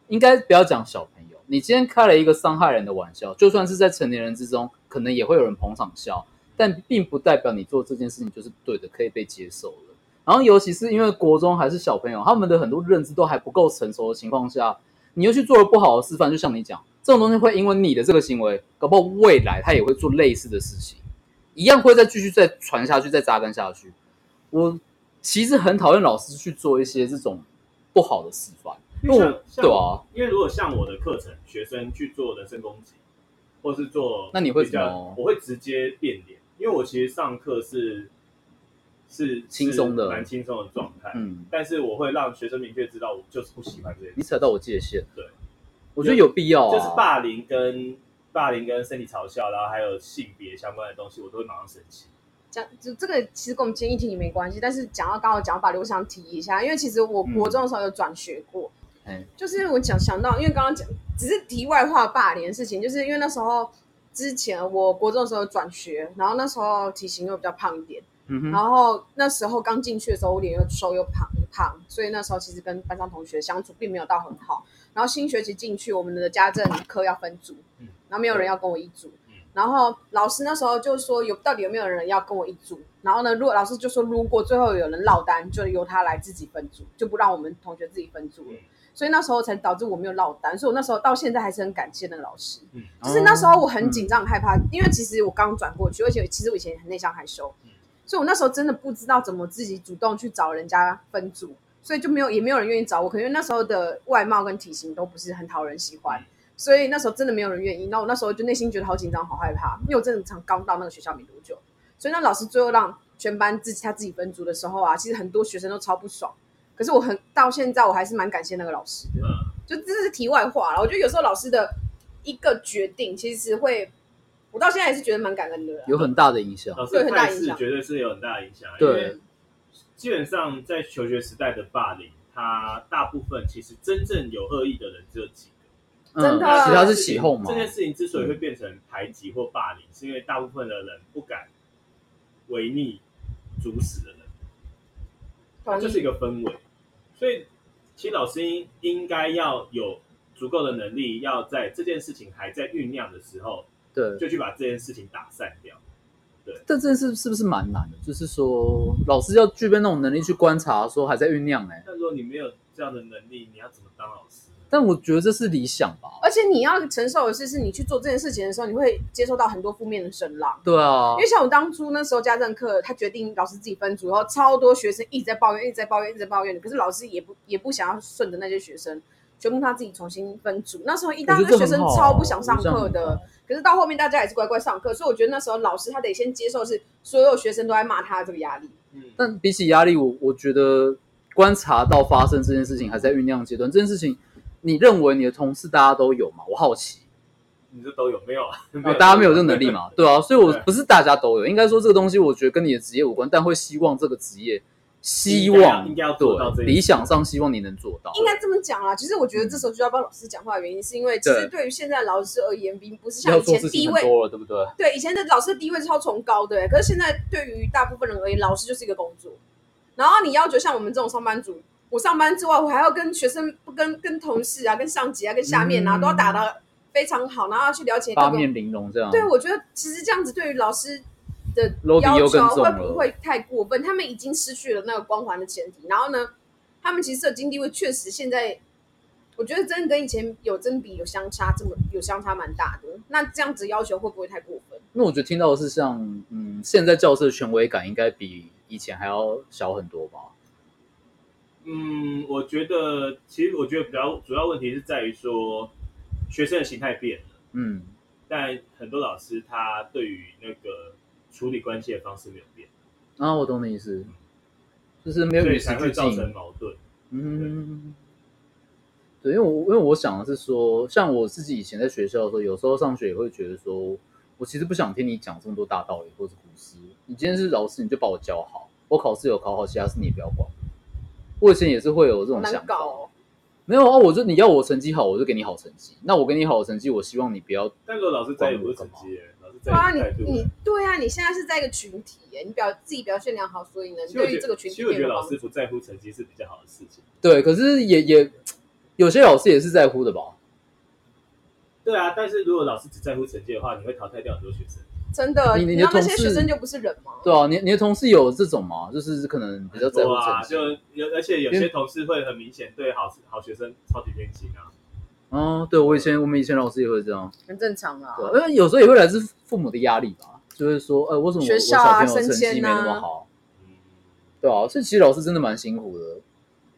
S2: 应该不要讲小朋友，你今天开了一个伤害人的玩笑，就算是在成年人之中，可能也会有人捧场笑，但并不代表你做这件事情就是对的，可以被接受的。然后尤其是因为国中还是小朋友，他们的很多认知都还不够成熟的情况下，你又去做了不好的示范，就像你讲，这种东西会因为你的这个行为，搞不好未来他也会做类似的事情，一样会再继续再传下去，再扎根下去。我其实很讨厌老师去做一些这种不好的示范，
S3: 因
S2: 因
S3: 为
S2: 为
S3: 像
S2: 我
S3: 像
S2: 对啊，
S3: 因为如果像我的课程，学生去做人身攻击，或是做，
S2: 那你会
S3: 比较
S2: 怎么哦
S3: 我会直接变脸，因为我其实上课是是
S2: 轻松的
S3: 是蛮轻松的状态。
S2: 嗯，
S3: 但是我会让学生明确知道，我就是不喜欢这件
S2: 你
S3: 事，
S2: 踩到我界限，
S3: 对，
S2: 我觉得有必要、啊，
S3: 就是霸凌跟霸凌跟身体嘲笑，然后还有性别相关的东西，我都会马上生气。
S1: 讲就这个其实跟我们今天议题没关系，但是讲到刚好讲到霸凌，我想提一下，因为其实我
S2: 嗯
S1: 国中的时候有转学过，
S2: 哎，
S1: 就是我想想到，因为刚刚讲只是题外话霸凌的事情，就是因为那时候之前我国中的时候有转学，然后那时候体型又比较胖一点，
S2: 嗯哼，
S1: 然后那时候刚进去的时候，我脸又瘦又胖胖，所以那时候其实跟班上同学相处并没有到很好。然后新学期进去，我们的家政课要分组
S3: 嗯，
S1: 然后没有人要跟我一组
S3: 嗯。
S1: 然后老师那时候就说有到底有没有人要跟我一组？然后呢，如果老师就说如果最后有人落单，就由他来自己分组，就不让我们同学自己分组了
S3: 嗯。
S1: 所以那时候才导致我没有落单，所以我那时候到现在还是很感谢那个老师。
S3: 嗯，
S1: 就是那
S2: 哦
S1: 时候我很紧张害怕，因为其实我刚转过去，而且其实我以前很内向害羞
S3: 嗯，
S1: 所以我那时候真的不知道怎么自己主动去找人家分组，所以就没有也没有人愿意找我，可能因为那时候的外貌跟体型都不是很讨人喜欢
S3: 嗯，
S1: 所以那时候真的没有人愿意。那我那时候就内心觉得好紧张好害怕，因为我真的常刚到那个学校没多久，所以那老师最后让全班自己他自己分组的时候啊，其实很多学生都超不爽。可是我很到现在我还是蛮感谢那个老师的，
S3: 嗯
S1: 就这是题外话了。我觉得有时候老师的一个决定，其实会，我到现在也是觉得蛮感恩的啦。
S2: 有很大的影响，
S3: 老师
S1: 对
S3: 的
S1: 很大
S3: 态
S1: 影
S3: 势
S1: 响
S3: 绝对是有很大的影响，因
S2: 哦
S1: 嗯
S2: 对
S3: 为基本上在求学时代的霸凌，它大部分其实真正有恶意的人只有几个。
S1: 真的
S2: 嗯、其他
S1: 它
S2: 是起哄嘛
S3: 这，件事情之所以会变成排挤或霸凌，是因为大部分的人不敢违逆主使的人，它
S1: 同
S3: 啊就是一
S1: 意，
S3: 个氛围。所以，其实老师应应该要有足够的能力，要在这件事情还在酝酿的时候，
S2: 对，
S3: 就去把这件事情打散掉。
S2: 但这件事是不是蛮难的？就是说，老师要具备那种能力去观察，说还在酝酿哎、
S3: 但如果你没有这样的能力，你要怎么当老师呢？
S2: 但我觉得这是理想吧。
S1: 而且你要承受的是，是你去做这件事情的时候，你会接受到很多负面的声浪。
S2: 对啊
S1: 因为，像我当初那时候家政课，他决定老师自己分组，然后超多学生一直在抱怨，一直在抱怨，一直在抱怨。可是老师也不也不想要顺着那些学生，全部他自己重新分组。那时候一
S2: 我
S1: 大
S2: 觉
S1: 堆
S2: 得这
S1: 学生
S2: 很好啊
S1: 超不想上
S2: 我觉得这
S1: 课
S2: 样很
S1: 的
S2: 好，啊
S1: 可是到后面大家也是乖乖上课，所以我觉得那时候老师他得先接受是所有学生都在骂他的这个压力。
S3: 嗯，
S2: 但比起压力，我我觉得观察到发生这件事情还在酝酿阶段。这件事情，你认为你的同事大家都有吗？我好奇，
S3: 你这都有没有啊？
S2: 啊、大家没有这个能力嘛？对啊，所以我
S3: 对
S2: 不是大家都有，应该说这个东西，我觉得跟你的职业无关，但会希望这个职业，希
S3: 应该要
S2: 望
S3: 应该要做到这
S2: 对
S3: 一
S2: 理
S3: 点
S2: 想上希望你能做到。
S1: 应该这么讲啦，其实我觉得这时候就要帮老师讲话的原因，是因为其实对于现在老师而言，并不是像
S2: 要
S1: 以
S2: 做
S1: 前
S2: 事
S1: 地
S2: 情
S1: 位
S2: 很，多了，对不对？
S1: 对以前的老师的地位超崇高的、欸可是现在对于大部分人而言，老师就是一个工作。然后你要求像我们这种上班族，我上班之外，我还要跟学生、跟跟同事啊、跟上级啊、跟下面啊，
S2: 嗯
S1: 都要打得非常好，然后要去了解各
S2: 八
S1: 个。
S2: 面玲珑这样。
S1: 对，我觉得其实这样子对于老师的
S2: Loading
S1: 要
S2: 又
S1: 求
S2: 更重
S1: 会
S2: 了
S1: 不会太过分？他们已经失去了那个光环的前提。然后呢，他们其实社经地位确实现在，我觉得真的跟以前有真比有相差，这么有相差蛮大的。那这样子要求会不会太过分？
S2: 因为我觉得听到的是像，嗯，现在教师的权威感应该比以前还要小很多吧。
S3: <laughs> 嗯，我觉得其实我觉得比较主要问题是在于说学生的形态变了，
S2: 嗯，
S3: 但很多老师他对于那个处理关系的方式没有变，
S2: 然啊后我懂你意思，就是没有
S3: 所
S2: 与
S3: 以
S2: 时
S3: 才
S2: 俱
S3: 会造成
S2: 进。
S3: 矛盾。
S2: 嗯，对，因为我因为我想的是说，像我自己以前在学校的时候，有时候上学也会觉得说，我其实不想听你讲这么多大道理或者故事。你今天是老师，你就把我教好，我考试有考好，其他事你也不要管。我以前也是会有这
S1: 好
S2: 种想
S1: 难
S2: 法，
S1: 搞哦。
S2: 没有啊，我就你要我成绩好，我就给你好成绩。那我给你好成绩，我希望你不要
S3: 但如果老师在也不是成绩，老师在
S1: 对啊，
S3: 也
S1: 你
S3: 是态度。
S1: 你对啊，你现在是在一个群体耶，你表自己表现良好，所以呢，你
S3: 其实我
S1: 对
S3: 觉
S1: 于这个
S3: 得，
S1: 群
S3: 其
S1: 体
S3: 实我
S1: 变
S3: 觉得
S1: 得
S3: 老师不在乎成绩是比较好的事情。
S2: 对，可是也也有些老师也是在乎的吧？
S3: 对啊，但是如果老师只在乎成绩的话，你会淘汰掉很多学生。
S1: 真的，
S2: 你你的
S1: 知道那些
S2: 同事
S1: 学生就不是人吗？
S2: 对啊，你你的同事有这种吗？就是可能比较在乎
S3: 哇，
S2: 成绩。
S3: 啊就有而且有些同事会很明显对好好学生超级偏心啊。
S2: 哦，对我以前我们以前老师也会这样，
S1: 很正常啊。
S2: 对，因为有时候也会来自父母的压力吧，就是说，呃，为什么我
S1: 学
S2: 我
S1: 校
S2: 小
S1: 啊
S2: 朋友成
S1: 升
S2: 绩
S1: 迁
S2: 没
S1: 啊
S2: 那么好？
S3: 嗯，
S2: 对啊，所以其实老师真的蛮辛苦的，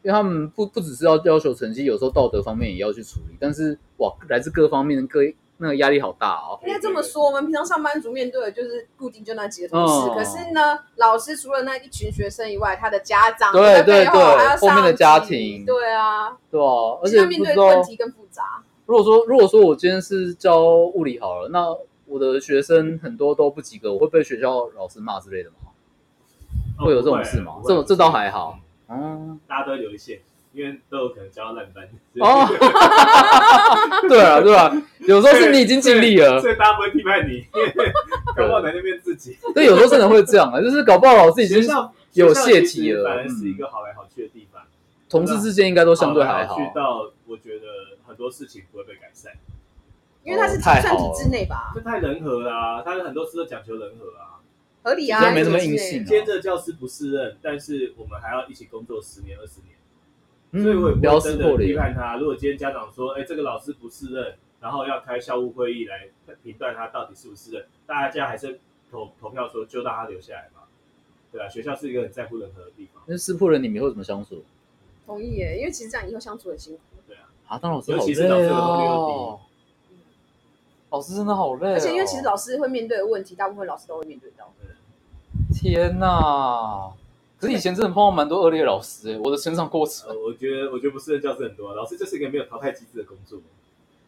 S2: 因为他们不不只是要要求成绩，有时候道德方面也要去处理，但是哇，来自各方面的各那个压力好大哦。
S1: 应该这么说，我们平常上班族面对的就是固定就那几个同事，
S2: 哦
S1: 可是呢，老师除了那一群学生以外，他的家长
S2: 对
S1: 在背后
S2: 对对
S1: 还要
S2: 后面的
S1: 上级
S2: 家庭
S1: 对啊，
S2: 对啊，而
S1: 其实
S2: 且
S1: 面
S2: 不
S1: 对
S2: 知
S1: 的
S2: 道
S1: 问题更复杂。
S2: 如果说如果说我今天是教物理好了，那我的学生很多都不及格，我会被学校老师骂之类的吗？
S3: 哦
S2: 会有这种事吗
S3: 不会
S2: 这种这倒还，
S3: 不
S2: 好
S3: 会
S2: 哦，
S3: 大家都留一线，因为都有可能教到烂班。 <laughs>
S2: 哦， <laughs> 对啊对啊，有时候是你已经尽力了，
S3: 所以大家不会批
S2: <laughs>
S3: 判你，搞不好在那边自己。
S2: 对，有时候真的会这样啊，就是搞不好老师已经
S3: 学校
S2: 有泄题
S3: 学校其实
S2: 了嗯
S3: 反而是一个好来好去的地方，
S2: 同事之间应该都相对还
S3: 好
S2: 好啊
S3: 来，去到我觉得很多事情不会被改善，
S1: 因为他是
S2: 哦
S1: 计
S2: 太
S1: 算
S2: 好了
S1: 体制内吧，
S3: 这太人和啦、他很多事都讲求人和啊。
S1: 合理
S2: 其
S1: 啊，
S2: 实没什么
S1: 体制
S2: 硬
S1: 内
S2: 性啊
S3: 今天这个教师不适任，但是我们还要一起工作十年二十年，
S2: 嗯
S3: 所以我也
S2: 不
S3: 不
S2: 要
S3: 会
S2: 撕
S3: 真
S2: 破
S3: 的批
S2: 脸。
S3: 判他。如果今天家长说，哎、这个老师不适任，然后要开校务会议来评断他到底是不是任，大家还是投投票说就让他留下来吧。对啊，学校是一个很在乎人和的地方，
S2: 那撕破了你们会怎么相处？
S1: 同意耶，因为其实这样以后相处很辛苦，
S2: 啊，当老师
S3: 尤
S2: 好
S3: 其是
S2: 累
S3: 老师的能力
S2: 哦，老师真的好累、哦。
S1: 而且因为其实老师会面对的问题，大部分老师都会面对到。
S2: 天哪，可是以前真的碰到蛮多恶劣的老师、欸我的成长过程
S3: 呃，我觉得我觉得不适任教师很多啊、老师就是一个没有淘汰机制的工作。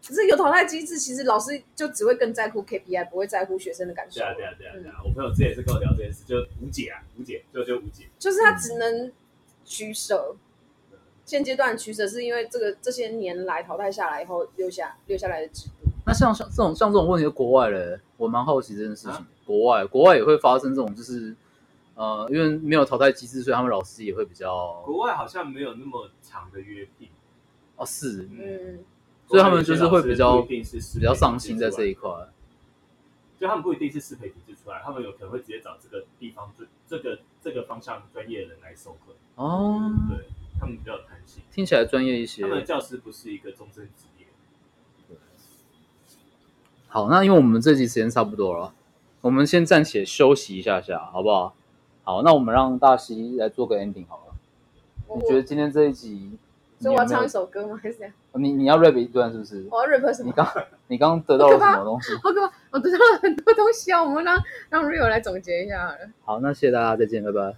S1: 可是有淘汰机制，其实老师就只会更在乎 KPI，不会在乎学生的感受
S3: 对。啊，对啊，对啊，对啊！我朋友之前也是跟我聊这件事，就无解啊，无解，就就无解。
S1: 就是他只能取舍。现阶段取舍是因为这个这些年来淘汰下来以后留下留下来的制度，
S2: 那像像这种像这种问题，国外嘞，我蛮好奇这件事
S3: 啊
S2: 情。国外国外也会发生这种，就是呃，因为没有淘汰机制，所以他们老师也会比较
S3: 国外好像没有那么长的约定，
S2: 哦是，
S1: 嗯，
S2: 所以他们就是会比较
S3: 国外有些老师不一定是适
S2: 比
S3: 配
S2: 较上心在这一
S3: 体制
S2: 块。
S3: 出来，就他们不一定是适培体制出来，他们有可能会直接找这个地方这这个这个方向专业的人来授课，
S2: 哦，
S3: 对他们比较有弹性，
S2: 听起来专业一些
S3: 他。们的教师不是一个终身职业。
S2: 好，那因为我们这集时间差不多了，我们先暂且休息一下下，好不好？好，那我们让大西来做个 ending 好了。
S1: 我
S2: 你觉得今天这一集，你
S1: 所以我要
S2: 有没
S1: 唱一
S2: 有？
S1: 首歌吗？还是怎样？
S2: 你你要 rap 一段是不是？
S1: 我要 rap 什
S2: 你
S1: 么？ <laughs>
S2: 刚你刚刚得到了什么东西？
S1: 好可怕！我得到了很多东西啊！我们让让 Rio 来总结一下好了。
S2: 好，那谢谢大家，再见，拜拜。